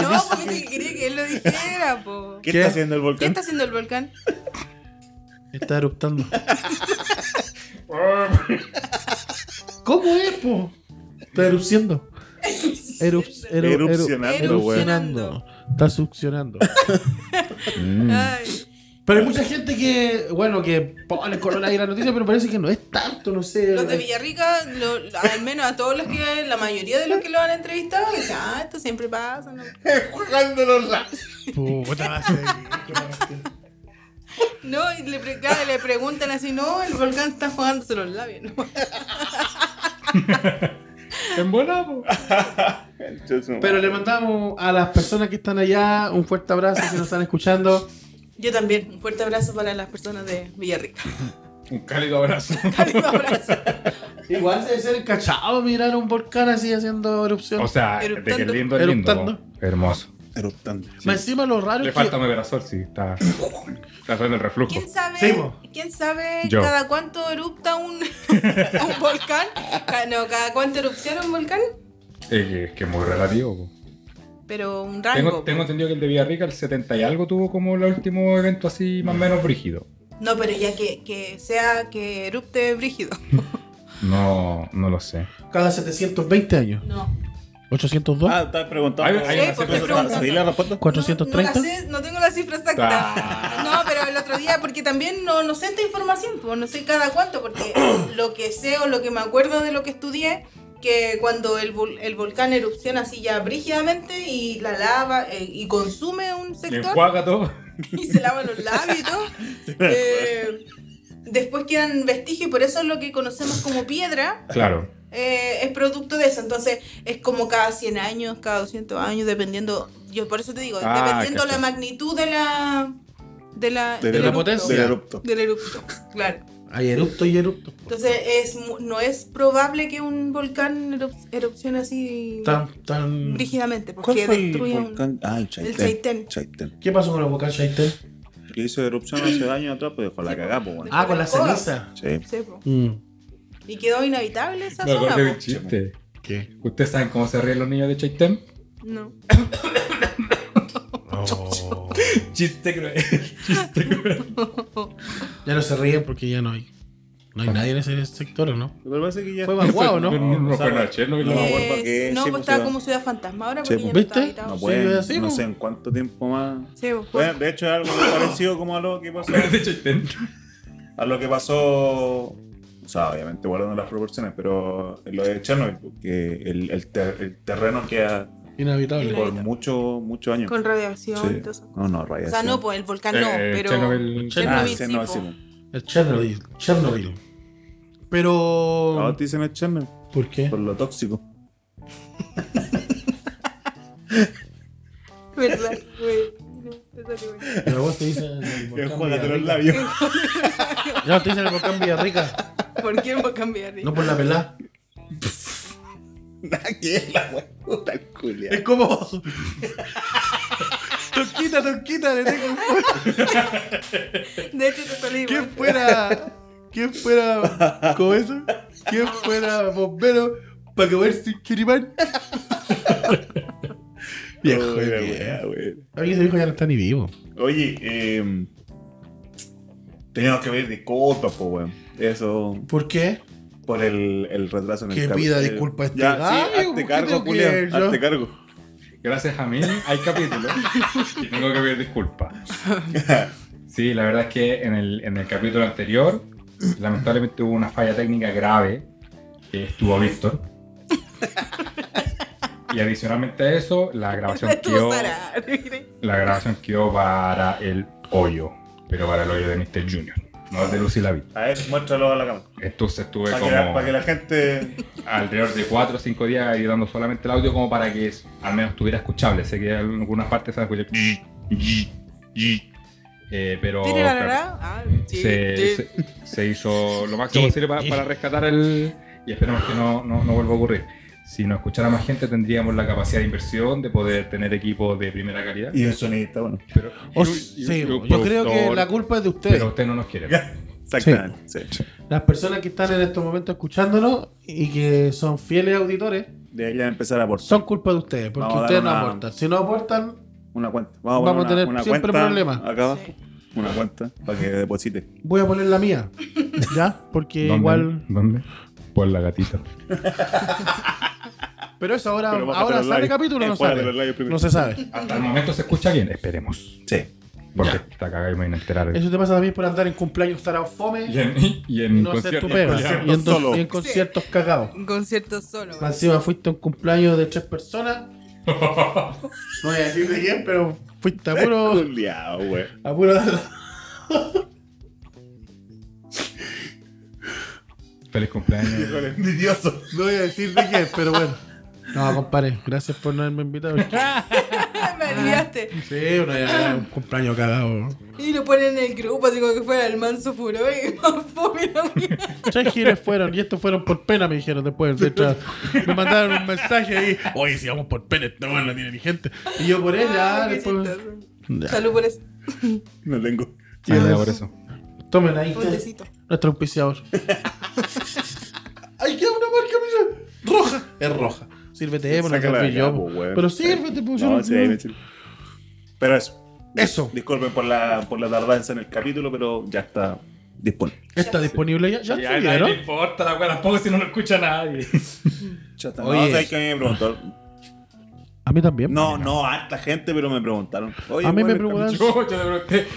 No, porque quería que él lo dijera, po.
¿Qué,
¿Qué?
está haciendo el
¿Qué
volcán?
está haciendo el volcán?
Está eruptando. ¿Cómo es, po? Está erupciendo. Erup, eru- eru-
Erupcionando,
weón.
erupcionando. Está succionando. Mm.
Ay,
Pero hay mucha gente que, bueno, que pone color ahí la noticia, pero parece que no es tanto, no sé.
los de Villarrica, lo- al menos a todos los que, la mayoría de los que lo han entrevistado, dicen, ah, esto siempre pasa. No,
Puta,
No, y le, pre- claro, le preguntan así, no, el volcán está jugándose los labios. ¿no?
En buena, po.
Pero le mandamos a las personas que están allá un fuerte abrazo si nos están escuchando.
Yo también, un fuerte abrazo para las personas de
[LAUGHS]
Villarrica.
Un cálido abrazo.
Cálido abrazo.
Igual debe ser encachado mirar un volcán así haciendo erupción.
O sea, de que
Eruptando.
es lindo es lindo. po.
Eruptando.
Hermoso.
Eruptando.
Más encima lo raro
Le
es que...
falta un verasol, sí. Está, está haciendo el reflujo.
¿Quién sabe,
Sí, po.
¿quién sabe
Yo.
cada cuánto erupta un, [LAUGHS] un volcán? Ca- No, cada cuánto erupciona un volcán,
Es que es que es muy relativo. po.
pero un rango.
Tengo, tengo entendido que el de Villarrica, el 70 y algo, tuvo como el último evento así más o menos brígido.
No, pero ya que, que sea que erupte brígido.
No, no lo sé.
Cada 720 años.
No.
802.
Ah, estás preguntando.
Hay- hay
Sí, una pues te cifra- pregunto.
¿Sabí la respuesta?
No, no, la
430.
sé, no tengo la cifra exacta.
Ah.
No, pero el otro día, porque también no, no sé esta información, pues no sé cada
[COUGHS]
cuánto, porque lo que sé o lo que me acuerdo de lo que estudié, que cuando el, vol- el volcán erupciona así ya brígidamente y la lava eh, y consume un
Le
sector
enjuaga todo.
y se lava los labios
[LAUGHS]
y todo, eh, después quedan vestigios y por eso lo que conocemos como piedra.
Claro.
Eh, es producto de eso. Entonces, es como cada 100 años, cada 200 años, dependiendo. Yo por eso te digo,
Ah,
dependiendo
cacho.
la magnitud de la. De la,
De
del
la
erupto.
potencia.
Del erupto.
Del erupto, claro.
Hay erupto y erupto.
Entonces, es, mu- no es probable que un volcán erup- erupcione así
Tan, tan...
rígidamente,
¿Cuál
porque
fue el
destruye un-
volcán? Ah, el Chaitén.
El Chaitén.
¿Qué pasó con el volcán Chaitén?
Que hizo erupción hace años atrás, pues dejó la cagada, pues bueno.
Ah, con la ceniza.
Sí.
no sé, po.
Mm.
Y quedó inhabitable esa
Me
zona.
acordé de un
po.
chiste.
¿Qué?
¿Ustedes saben cómo se ríen los niños de Chaitén?
No.
[LAUGHS]
Oh.
Chiste cruel.
Ya no se ríen porque ya no hay. No hay nadie en ese sector, ¿o no?
Lo que pasa es que ya.
Fue Baguao, ¿no?
[LAUGHS] No, no fue
Sábado.
nada, che, no vi
No,
la-
Eh,
bueno, porque
no,
sí,
pues
pues,
estaba
sí,
como ciudad fantasma ahora porque
Sí,
ya
pues.
no está
¿Viste?
habitado.
No
Sí,
pueden,
así,
no
pues.
sé en cuánto tiempo más.
Sí, pues, po.
Bueno, de hecho es algo muy parecido como a lo que pasó.
[LAUGHS] De Chaitén.
A lo que pasó. O sea, obviamente guardando las proporciones, pero en lo de Chernobyl, que el, el, ter- el terreno queda
Inhabitable.
por muchos muchos años.
con radiación
Sí.
y todo eso.
No, no,
O
radiación.
sea, no, pues el volcán no,
Eh,
pero.
Chernobyl-
Ah,
Chernobyl,
sí,
sí,
no,
po.
sí, po.
El Chernobyl. Chernobyl.
Ahora
Pero.
te dicen el Chernobyl
¿Por qué?
por lo tóxico.
[LAUGHS] ¿Verdad, güey? No, te salió bien.
[LAUGHS] Pero vos te dicen [LAUGHS] el volcán
Enjuágate los
Villarrica.
labios.
Ya te dicen el volcán Villarrica.
¿Por qué va a cambiar?
No por la pelada.
¿Qué es la wea? Puta el culiao. [LAUGHS]
Es como. [LAUGHS] Torquita, torquita, [LAUGHS] le tengo.
De hecho, te salió
¿Quién
igual.
fuera. ¿Quién fuera. ¿Cómo eso? ¿Quién fuera bombero para comer sin chiripán? Viejo,
Oye,
de
wea, wea.
Oye, ese viejo ya no está ni vivo.
Oye, eh, teníamos que pedir disculpas, po, weón. Eso,
¿Por qué?
por el, el retraso en el
Que
cap-
pida
el-
disculpas este
Ya,
gallo,
sí,
¿por qué
hazte cargo,
tengo que ir
Julián,
yo?
hazte cargo.
Gracias a mí hay capítulo [LAUGHS] y tengo que pedir
[LAUGHS]
disculpas. Sí, la verdad es que en el, en el capítulo anterior, lamentablemente hubo una falla técnica grave que estuvo Víctor.
[LAUGHS]
Y adicionalmente a eso, la grabación quedó,
Estuvo Sara. ¿viste?
la grabación quedó para el hoyo, pero para el hoyo de Mr. Junior, no el de Lucy Lavi.
A ver, muéstralo a la cámara.
Entonces estuve
Para
como
que, la, para que la gente.
alrededor de 4 o 5 días ayudando solamente el audio como para que es- al menos estuviera escuchable. Sé que en algunas partes se escucha eh, pero
¿Tiene la
claro,
verdad? Ah, sí.
se,
sí.
se- se hizo lo máximo
Sí,
posible para,
sí.
para rescatar el... Y esperemos que no, no, no vuelva a ocurrir. Si nos escuchara más gente, tendríamos la capacidad de inversión de poder tener equipos de primera calidad.
[LAUGHS] Y el sonidista, bueno.
Pero,
O
y-
s-
y-
Oh, sí,
y-
yo,
productor,
creo que la culpa es de ustedes.
Pero usted no nos quiere.
Exactamente. Sí.
Las personas que están en estos momentos escuchándonos y que son fieles auditores,
Deberían empezar a aportar
son culpa de ustedes, porque
Vamos a dar
ustedes no
una-
aportan. Si no aportan,
una cuenta.
Vamos a
poner
tener siempre
cuenta
problemas.
Acá abajo. Una cuenta para que deposite.
voy a poner la mía. ¿Ya? Porque
[LAUGHS] ¿Dónde?
igual.
¿Dónde? Por la gatita.
Pero eso ahora,
Pero bájate
ahora
los
sale
likes.
capítulo, no
Eh, bájate
sale.
los likes primero.
No se sabe.
Hasta el momento se escucha bien. Esperemos.
Sí. [LAUGHS]
Porque esta cagada y me van a enterar.
Eso te pasa también por andar en cumpleaños tarado fome
Y
y
en, y en
no ser tu
conciertos
pega.
culiados.
Y en, dos-
solo.
y en conciertos cagados.
Un concierto solo.
Más Encima fuiste a un cumpleaños de tres [LAUGHS] personas. No voy a decir de quién, pero fuiste a puro.
Culeado, güey.
A puro.
Feliz
[LAUGHS]
cumpleaños.
Envidioso.
No voy a decir de quién, pero bueno. No, compadre, gracias por no haberme invitado.
Ah, Me olvidaste.
Sí, una- era un cumpleaños cagado.
Y lo ponen en el grupo así como que fuera el manso furor y [LAUGHS] más fome la mía.
Tres giros fueron, y estos fueron por pena, me dijeron después. de entrar. me mandaron un mensaje ahí. Oye, si vamos por pena, no, no tiene ni gente. Y yo por ella,
Ah, qué
después.
chistoso.
Ya.
Salud por eso.
No tengo.
Ah, ya, por eso.
Tomen ahí.
Un tecito.
Nuestro auspiciador. Ahí queda una marca, mira. Roja. Es roja. Sírvete, eh, bueno,
Sácala de
fui yo.
acá, po, weón.
Pero sírvete, pues. yo
No,
no-
sí, ahí me sirve. Pero eso.
Eso.
Disculpen por la, por la tardanza en el capítulo, pero ya está disponible.
Está disponible ya. Ya,
Ya,
lo
a nadie le
subieron.
importa la wea tampoco si no lo
[LAUGHS]
escucha nadie.
Ya está.
Oye.
No, sabes que a mí me preguntaron.
A mí también.
No, no, harta gente, pero me preguntaron. Oye,
A mí me
weón, el
preguntaron-
Yo,
capítulo-
yo le pregunté.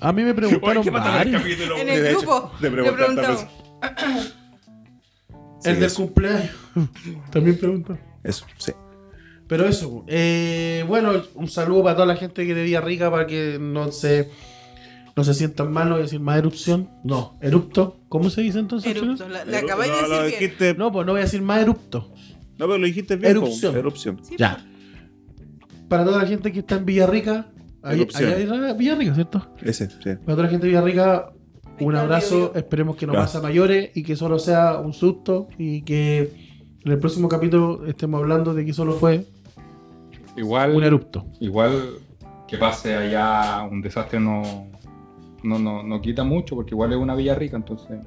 A mí me
Oye,
preguntaron
¿qué pasa con el
varios.
capítulo?
En
de
el
hecho,
grupo
de
le
preguntar tal
preguntamos.
Sí,
El del
eso,
cumpleaños. [LAUGHS] también preguntaron.
eso, sí.
Pero eso, eh, bueno, un saludo para toda la gente que de Villarrica para que no se, no se sientan mal, no voy a decir más erupción. No, erupto. ¿Cómo se dice entonces?
Erupto, la, la
Pero-
acabáis
no,
de
lo
decir bien.
dijiste, no.
No, pues no voy a decir más erupto.
pero lo dijiste bien. po.
Erupción.
Erupción.
Sí, pues,
Ya. Para toda la gente que está en Villarrica, ahí-
Erupción.
allá era Villarrica, ¿cierto?
Ese, sí.
Para toda la gente de Villarrica, un
está,
abrazo.
[LAUGHS] Dios mío.
Esperemos que no
Claro.
pase a mayores y que solo sea un susto y que en el próximo capítulo estemos hablando de que solo fue
Igual.
un erupto.
igual que pase allá un desastre no, no, no, no quita mucho, porque igual es una villa rica, entonces.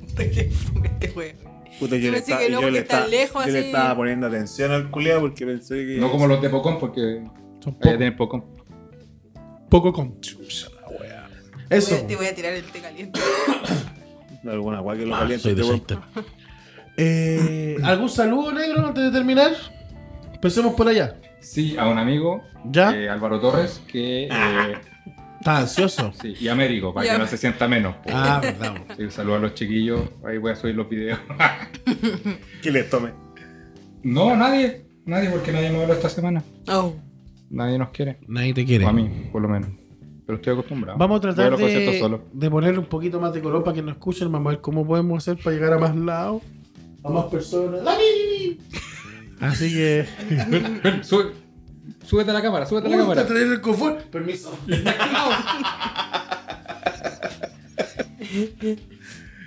Puta, qué fome este juego.
Puta,
Yo
yo, le
pensé
estaba,
que no,
yo,
porque
le
está
estaba,
lejos,
yo le
así.
estaba poniendo atención al culiado porque pensé que.
No como los de Pocón, porque
Son
allá
poco,
tienen Pocón.
poco con. Eso.
Voy a- Te voy a tirar el té caliente.
Alguna guay que lo
Ah,
caliente.
soy
este weón.
desastre. [LAUGHS] Eh, ¿Algún saludo negro antes de terminar? Empecemos por allá.
Sí, a un amigo,
¿Ya?
eh, Álvaro Torres, que. eh,
¿Estás ansioso?
sí, y Américo, para
Ah. Ya.
que no se sienta menos. po.
Ah, verdad.
Sí, saludo a los chiquillos, ahí voy a subir los videos. [LAUGHS]
que le tome.
no, nadie, nadie, porque nadie me habló esta semana.
Oh.
Nadie nos quiere.
Nadie te quiere.
A mí, por lo menos. Pero estoy acostumbrado.
Vamos a
Voy
tratar
los conciertos
de,
solo.
de ponerle un poquito más de color para que nos escuchen, vamos a ver cómo podemos hacer para llegar a más lados, a más personas. ¡Dani! Así que.
Ven, ven, sube- súbete a la cámara, súbete a la
Uy,
cámara.
está trayendo el confort. Permiso.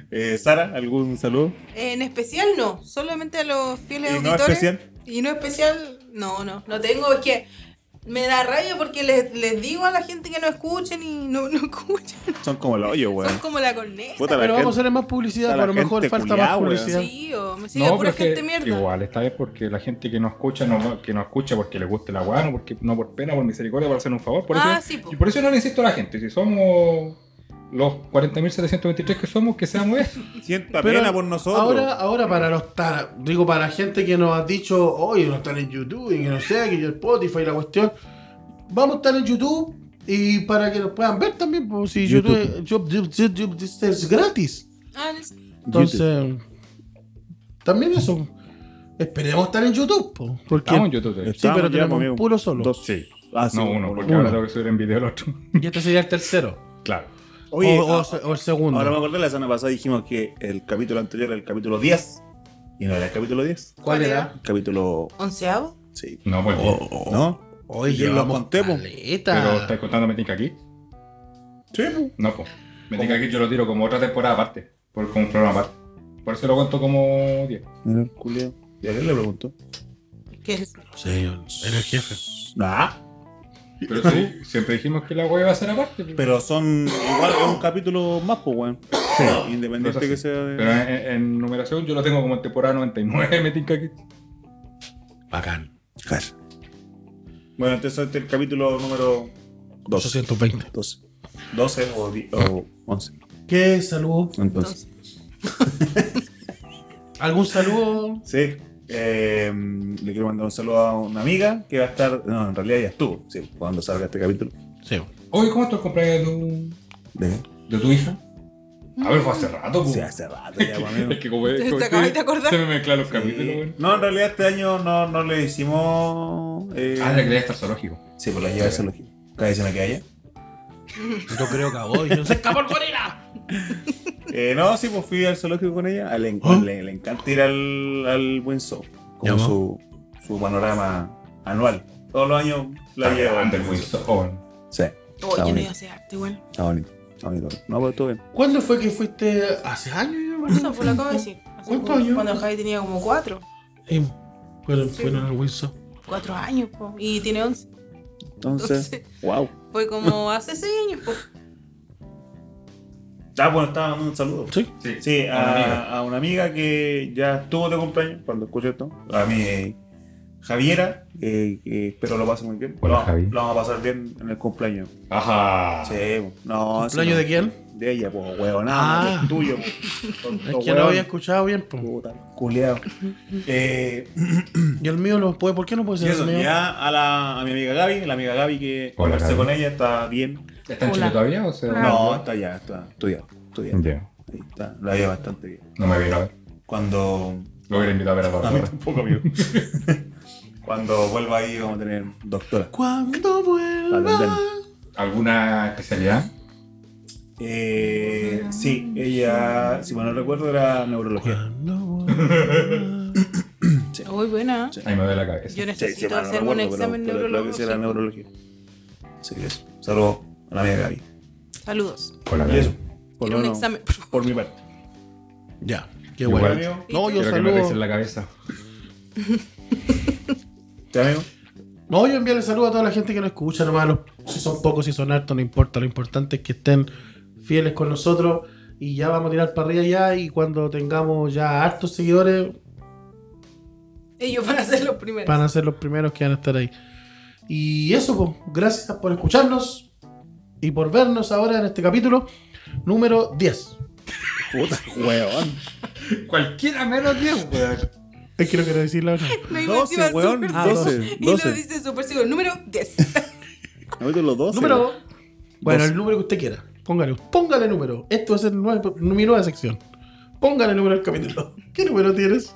Eh, Sara, ¿algún saludo?
En especial no, solamente a los fieles
¿Y no
auditores.
especial?
Y no especial, no, no, no tengo, es que me da rabia porque les, les digo a la gente que no escuchen y no, no [LAUGHS] escuchan.
Son como el hoyo, weón.
Son como la corneta.
Puta, la
Pero vamos a
gente-
hacer más publicidad,
está la
a lo mejor
gente
falta
culiá,
más
weón.
publicidad.
Sí, o me sigue pura
es que
gente mierda.
Igual, esta vez porque la gente que no escucha, no, que no escucha porque le guste la guana, porque no por pena, por misericordia, por hacer un favor. Por
Ah,
eso,
sí, po.
y por eso no le insisto a la gente, si somos los 40.723 que somos, que seamos
[LAUGHS]
eso.
Sienta
Pero
pena por nosotros.
Ahora, ahora para los tar- digo para la gente que nos ha dicho, oye, no están en YouTube, y que no sé, que yo Spotify, la cuestión. Vamos a estar en YouTube y para que nos puedan ver también, pues si YouTube, YouTube, YouTube, YouTube, este es gratis.
Ah, no-
Entonces,
eh,
también eso. Esperemos estar en YouTube, po, porque
Estamos en YouTube, de hecho.
Sí,
Estamos
pero
ya,
tenemos
amigo.
un puro solo.
Dos.
Sí.
Ah, sí,
Ah, no uno, porque
uno.
ahora tengo que subir en video el otro. [LAUGHS]
Y este sería el tercero.
Claro.
Oye,
o, o-
ah,
o el segundo.
ahora me acordé, la semana pasada dijimos que el capítulo anterior era el capítulo 10. Y no era el capítulo 10.
¿Cuál era?
El capítulo.
¿Onceavo?
Sí.
No, pues bien.
¿No?
Oye,
Yo lo
llevamos
conté, po.
caleta.
Pero estáis contando Metinca aquí.
Sí, pues.
No, pues. Metinca aquí yo lo tiro como otra temporada aparte, por, como un programa aparte. Por eso lo cuento como 10.
Mira el culiao. ¿Y a quién le preguntó?
¿Qué es?
No sé, yo- era el jefe.
Nah.
Pero
[LAUGHS]
sí, siempre dijimos que la wea iba a ser aparte. pues.
Pero son igual es un capítulo más, pues, weón. Sí. Independiente
Pero
que
es así.
sea de.
Pero eh, en, en numeración yo lo tengo como en temporada [LAUGHS] 99, me tinca aquí.
Bacán.
Bueno, entonces este es el capítulo número 12.
820.
12. 12 o, di- o 11.
¿Qué saludo?
Entonces.
¿Algún saludo?
Sí. Eh, le quiero mandar un saludo a una amiga que va a estar. No, en realidad ya estuvo. Sí, cuando salga este capítulo.
Sí.
Oye, ¿cómo estuvo el cumpleaños de tu, de
De-
tu hija? A ver, fue hace rato, pues.
Sí, hace rato ya, pues, amigo.
Es [LAUGHS] que como,
¿Te-
como
te acabas de acordar?
Se me mezclan los
Sí.
capítulos, weón.
No, en realidad este año no, no le hicimos. eh,
Ah, la que estar zoológico.
sí, pues la lleva eso lo que. Cada vez se me queda allá.
Yo creo que a vos. yo- ¡Se escapó el gorila!
Eh, no, sí, pues fui al zoológico con ella. Le,
¿Ah?
le, le encanta ir al, al buen zoo.
Ya,
Como su, su panorama anual. Todos los años la
La
llevo.
lleva
al
del
buen zoo.
Winston.
Sí, Está
Oh, yo no
bonito.
iba a hacer arte, igual.
está bonito. Está bonito. No, pero todo bien.
[LAUGHS] ¿Cuándo fue que fuiste? ¿Hace años? yo me acuerdo?
Eso fue lo que acabo de decir. Hace
¿Cuántos
como-
años?
Cuando el Javi tenía como cuatro.
Sí. Fueron, fueron al Wilson.
Cuatro años, po. Y tiene once.
Entonces,
Entonces-
wow.
Fue como hace seis años, po.
Ah, bueno, estaba mandando un saludo.
Sí.
Sí,
Sí, ah, a,
una amiga.
a una amiga que ya estuvo de cumpleaños cuando escuché esto. A mi eh, Javiera, eh, que espero lo pase muy bien.
Hola,
lo,
Javi.
lo vamos a pasar bien en el cumpleaños.
Ajá.
Sí, no.
¿Cumpleaños de quién?
De ella, pues, huevón.
Ah.
Ah,
[LAUGHS]
tuyo. po.
Es
Tonto
que no lo
hueón.
había escuchado bien. po.
Puta,
[LAUGHS]
culiao. Eh,
Y el mío no puede. ¿Por qué no puede
y
ser
eso,
el mío?
ya a, la, a mi amiga Gaby, la amiga Gaby que
Hola,
conversé
Gaby.
con ella, está bien.
¿Está en
Hola.
Chile todavía o se.?
Ah.
No, está ya, está estudiado, estudiado.
Ya.
Ahí está, la lleva bastante bien.
No me vino a ver.
Cuando.
Lo hubiera invitado a ver a
A mí [LAUGHS]
Dora.
tampoco, amigo. Cuando vuelva ahí, vamos a tener doctora.
Cuando
Para
vuelva.
¿Alguna especialidad?
Eh, sí, ella, si mal no recuerdo, era neurología.
Cuando vuelva.
Muy buena.
Sí.
Ahí me duele la cabeza.
Yo
Sí, sí,
necesito
mal no
hacerme un
recuerdo, pero-
examen
pero creo que sí era
neurológico.
neurología. Sí, eso. Saludos a la amiga Gaby.
Saludos.
Hola,
Y eso.
Gaby.
Por
Quiero
lo
un
menos,
examen, [LAUGHS] por favor.
por mi parte.
Ya. Qué
Igual.
bueno.
Amigo,
No, yo
Quiero que me revisen
saludo.
la cabeza.
¿Te amigo?
No, yo enviarle saludo a toda la gente que lo escucha, nomás. los- Si son pocos, si son hartos, no importa. Lo importante es que estén fieles con nosotros. Y ya vamos a tirar para arriba ya. Y cuando tengamos ya hartos seguidores,
Ellos van a ser los primeros.
van a ser los primeros que van a estar ahí. Y eso, pues, gracias por escucharnos y por vernos ahora en este capítulo número 10.
Puta, huevón.
Cualquiera menos 10, weón.
Es que no quiero decir la verdad.
Me
12,
imaginas
weón, ah,
súper
12,
seguro. Ah, Y
12.
lo dice súper seguro. Número [LAUGHS] 10.
Capítulo 12.
número. Bueno,
Dos.
el número que usted quiera. Póngale, póngale número. Esto va a ser nueva- mi nueva sección. Póngale número al capítulo. [LAUGHS] ¿Qué número tienes?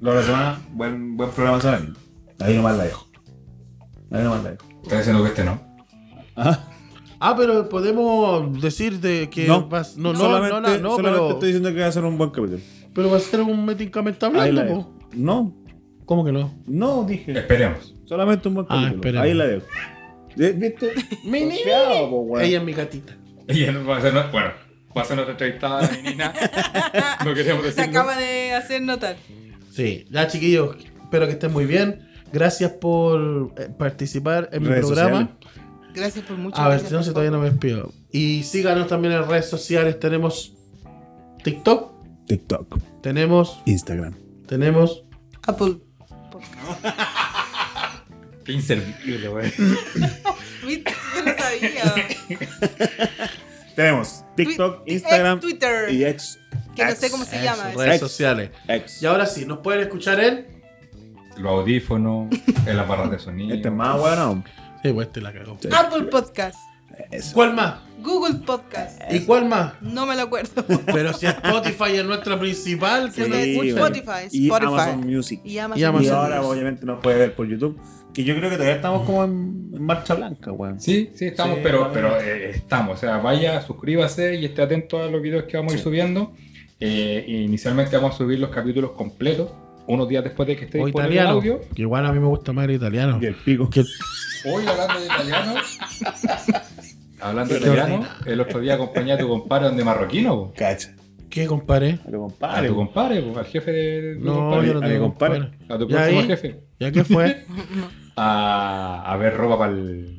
Lo de la semana, buen, buen programa semanal. Ahí nomás la dejo. Ahí nomás la dejo.
Estás diciendo que este no.
Ah, pero podemos decir de que
No.
vas- no, no,
solamente,
no, no, no,
solamente
pero,
estoy diciendo que va a ser un buen capítulo.
pero va a ser un metincamente
Ahí
hablando.
la
po.
dejo. No,
¿Cómo que no?
no, dije.
Esperemos.
Solamente un buen
Ah,
capítulo.
espera.
Ahí la dejo. ¿Eh, [LAUGHS] ¿Viste?
Mini.
Confiado, po, weón.
Ella es mi gatita.
Y él va a ser, bueno, va a ser nuestra entrevistada, la menina. No queríamos
Se
decir.
acaba de hacer notar.
Sí, ya chiquillos, espero que estén muy bien. Gracias por eh, participar en mi
Redes
programa.
Gracias por mucho.
A ver,
gracias
si no, si
por
todavía no me despido. Y síganos también en redes sociales. Tenemos TikTok,
TikTok,
tenemos,
Instagram.
tenemos.
Apple.
Qué inservible, weón.
Viste, Yo no sabía.
Tenemos TikTok,
Twi-
Instagram
ex Twitter.
y ex.
que no
ex-
sé cómo se llama.
Eso, redes
Ex.
sociales.
Ex.
Y ahora sí, nos pueden escuchar en.
Los audífonos, en las barras de sonido.
Este es más bueno.
Sí, pues este la cagó.
Apple Podcast.
Eso.
¿Cuál más?
Google Podcast.
¿Y cuál más?
No me lo [LAUGHS] acuerdo.
[LAUGHS] Pero si Spotify es nuestra principal, que
Sí,
nos
es
escuchen.
Spotify,
Y
Spotify.
Amazon Music.
Y Amazon. Ah,
Y Amazon.
Y ahora obviamente nos puede ver por YouTube. Que yo creo que todavía estamos como en, en marcha blanca, weón.
Sí, sí, estamos,
Sí,
pero,
vale.
pero eh, estamos. O sea, vaya, suscríbase y esté atento a los videos que vamos a ir
Sí.
subiendo. Eh, inicialmente vamos a subir los capítulos completos, unos días después de que esté
O
disponible el
italiano.
audio.
Que igual a mí me gusta más el italiano.
Y el pico.
Que-
Hoy hablando de italiano. [LAUGHS] hablando de
Qué
italiano, el otro día acompañé a tu compadre donde marroquino. po.
Cacha.
¿Qué, compadre?
A tu
A
compadre.
Ah,
tu compadre, pues, al jefe de tu
No,
compadre.
yo no
a mi
tengo
compadre.
compadre.
A tu
¿Y
próximo
ahí?
jefe.
¿Ya qué [LAUGHS] fue?
A, a ver ropa para el.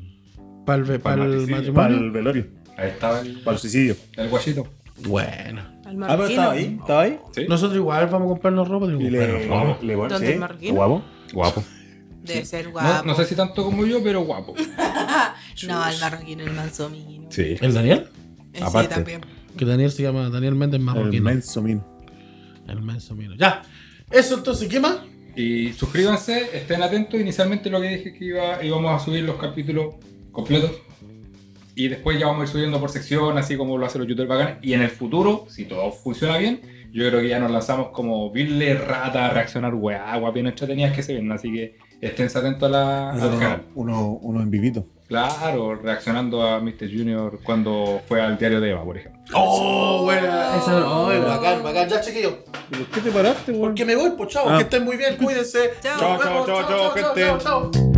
¿Para el,
Pa'l matrimonio.
Para
matrimonio?
el velorio.
Ahí estaba el,
Para el suicidio.
el guachito.
Bueno.
Al marroquino.
Ah, ¿Estaba ahí?
Sí.
Nosotros igual vamos a comprarnos ropa. digo,
Y
pero
le,
vamos.
Oh. le pon-
¿Dónde
sí,
el marroquino?
guapo.
Guapo.
Debe ser
No,
guapo.
no sé si tanto como yo, pero guapo.
No, el marroquino, el manzomino.
[LAUGHS] Sí.
¿El Daniel?
Eh,
aparte.
Sí, también.
Que Daniel se llama Daniel Méndez
El
Marroquino. El,
menso mino.
menso mino. Ya. Eso entonces, ¿qué más?
Y suscríbanse, estén atentos. Inicialmente lo que dije que iba, íbamos a subir los capítulos completos. Y después ya vamos a ir subiendo por sección, así como lo hacen los youtubers bacanes. Y en el futuro, si todo funciona bien, yo creo que ya nos lanzamos como Ville Rata, Reaccionar Weá, Agua, bien entretenidas que se ven. Así que estén atentos a la, al
Uno,
canal.
uno, uno en vivito.
Claro, reaccionando a Mr. Junior cuando fue al diario de Eva, por ejemplo.
Oh, buena. Esa, oh,
Oh.
bacán, bacán. Ya, chiquillos.
¿Por qué te paraste, weón?
Porque me voy, pues chavos.
Ah.
Que estén muy bien. Cuídense.
Chao.
Nos
Chao,
vemos.
chao, chao, chao, gente.
chao.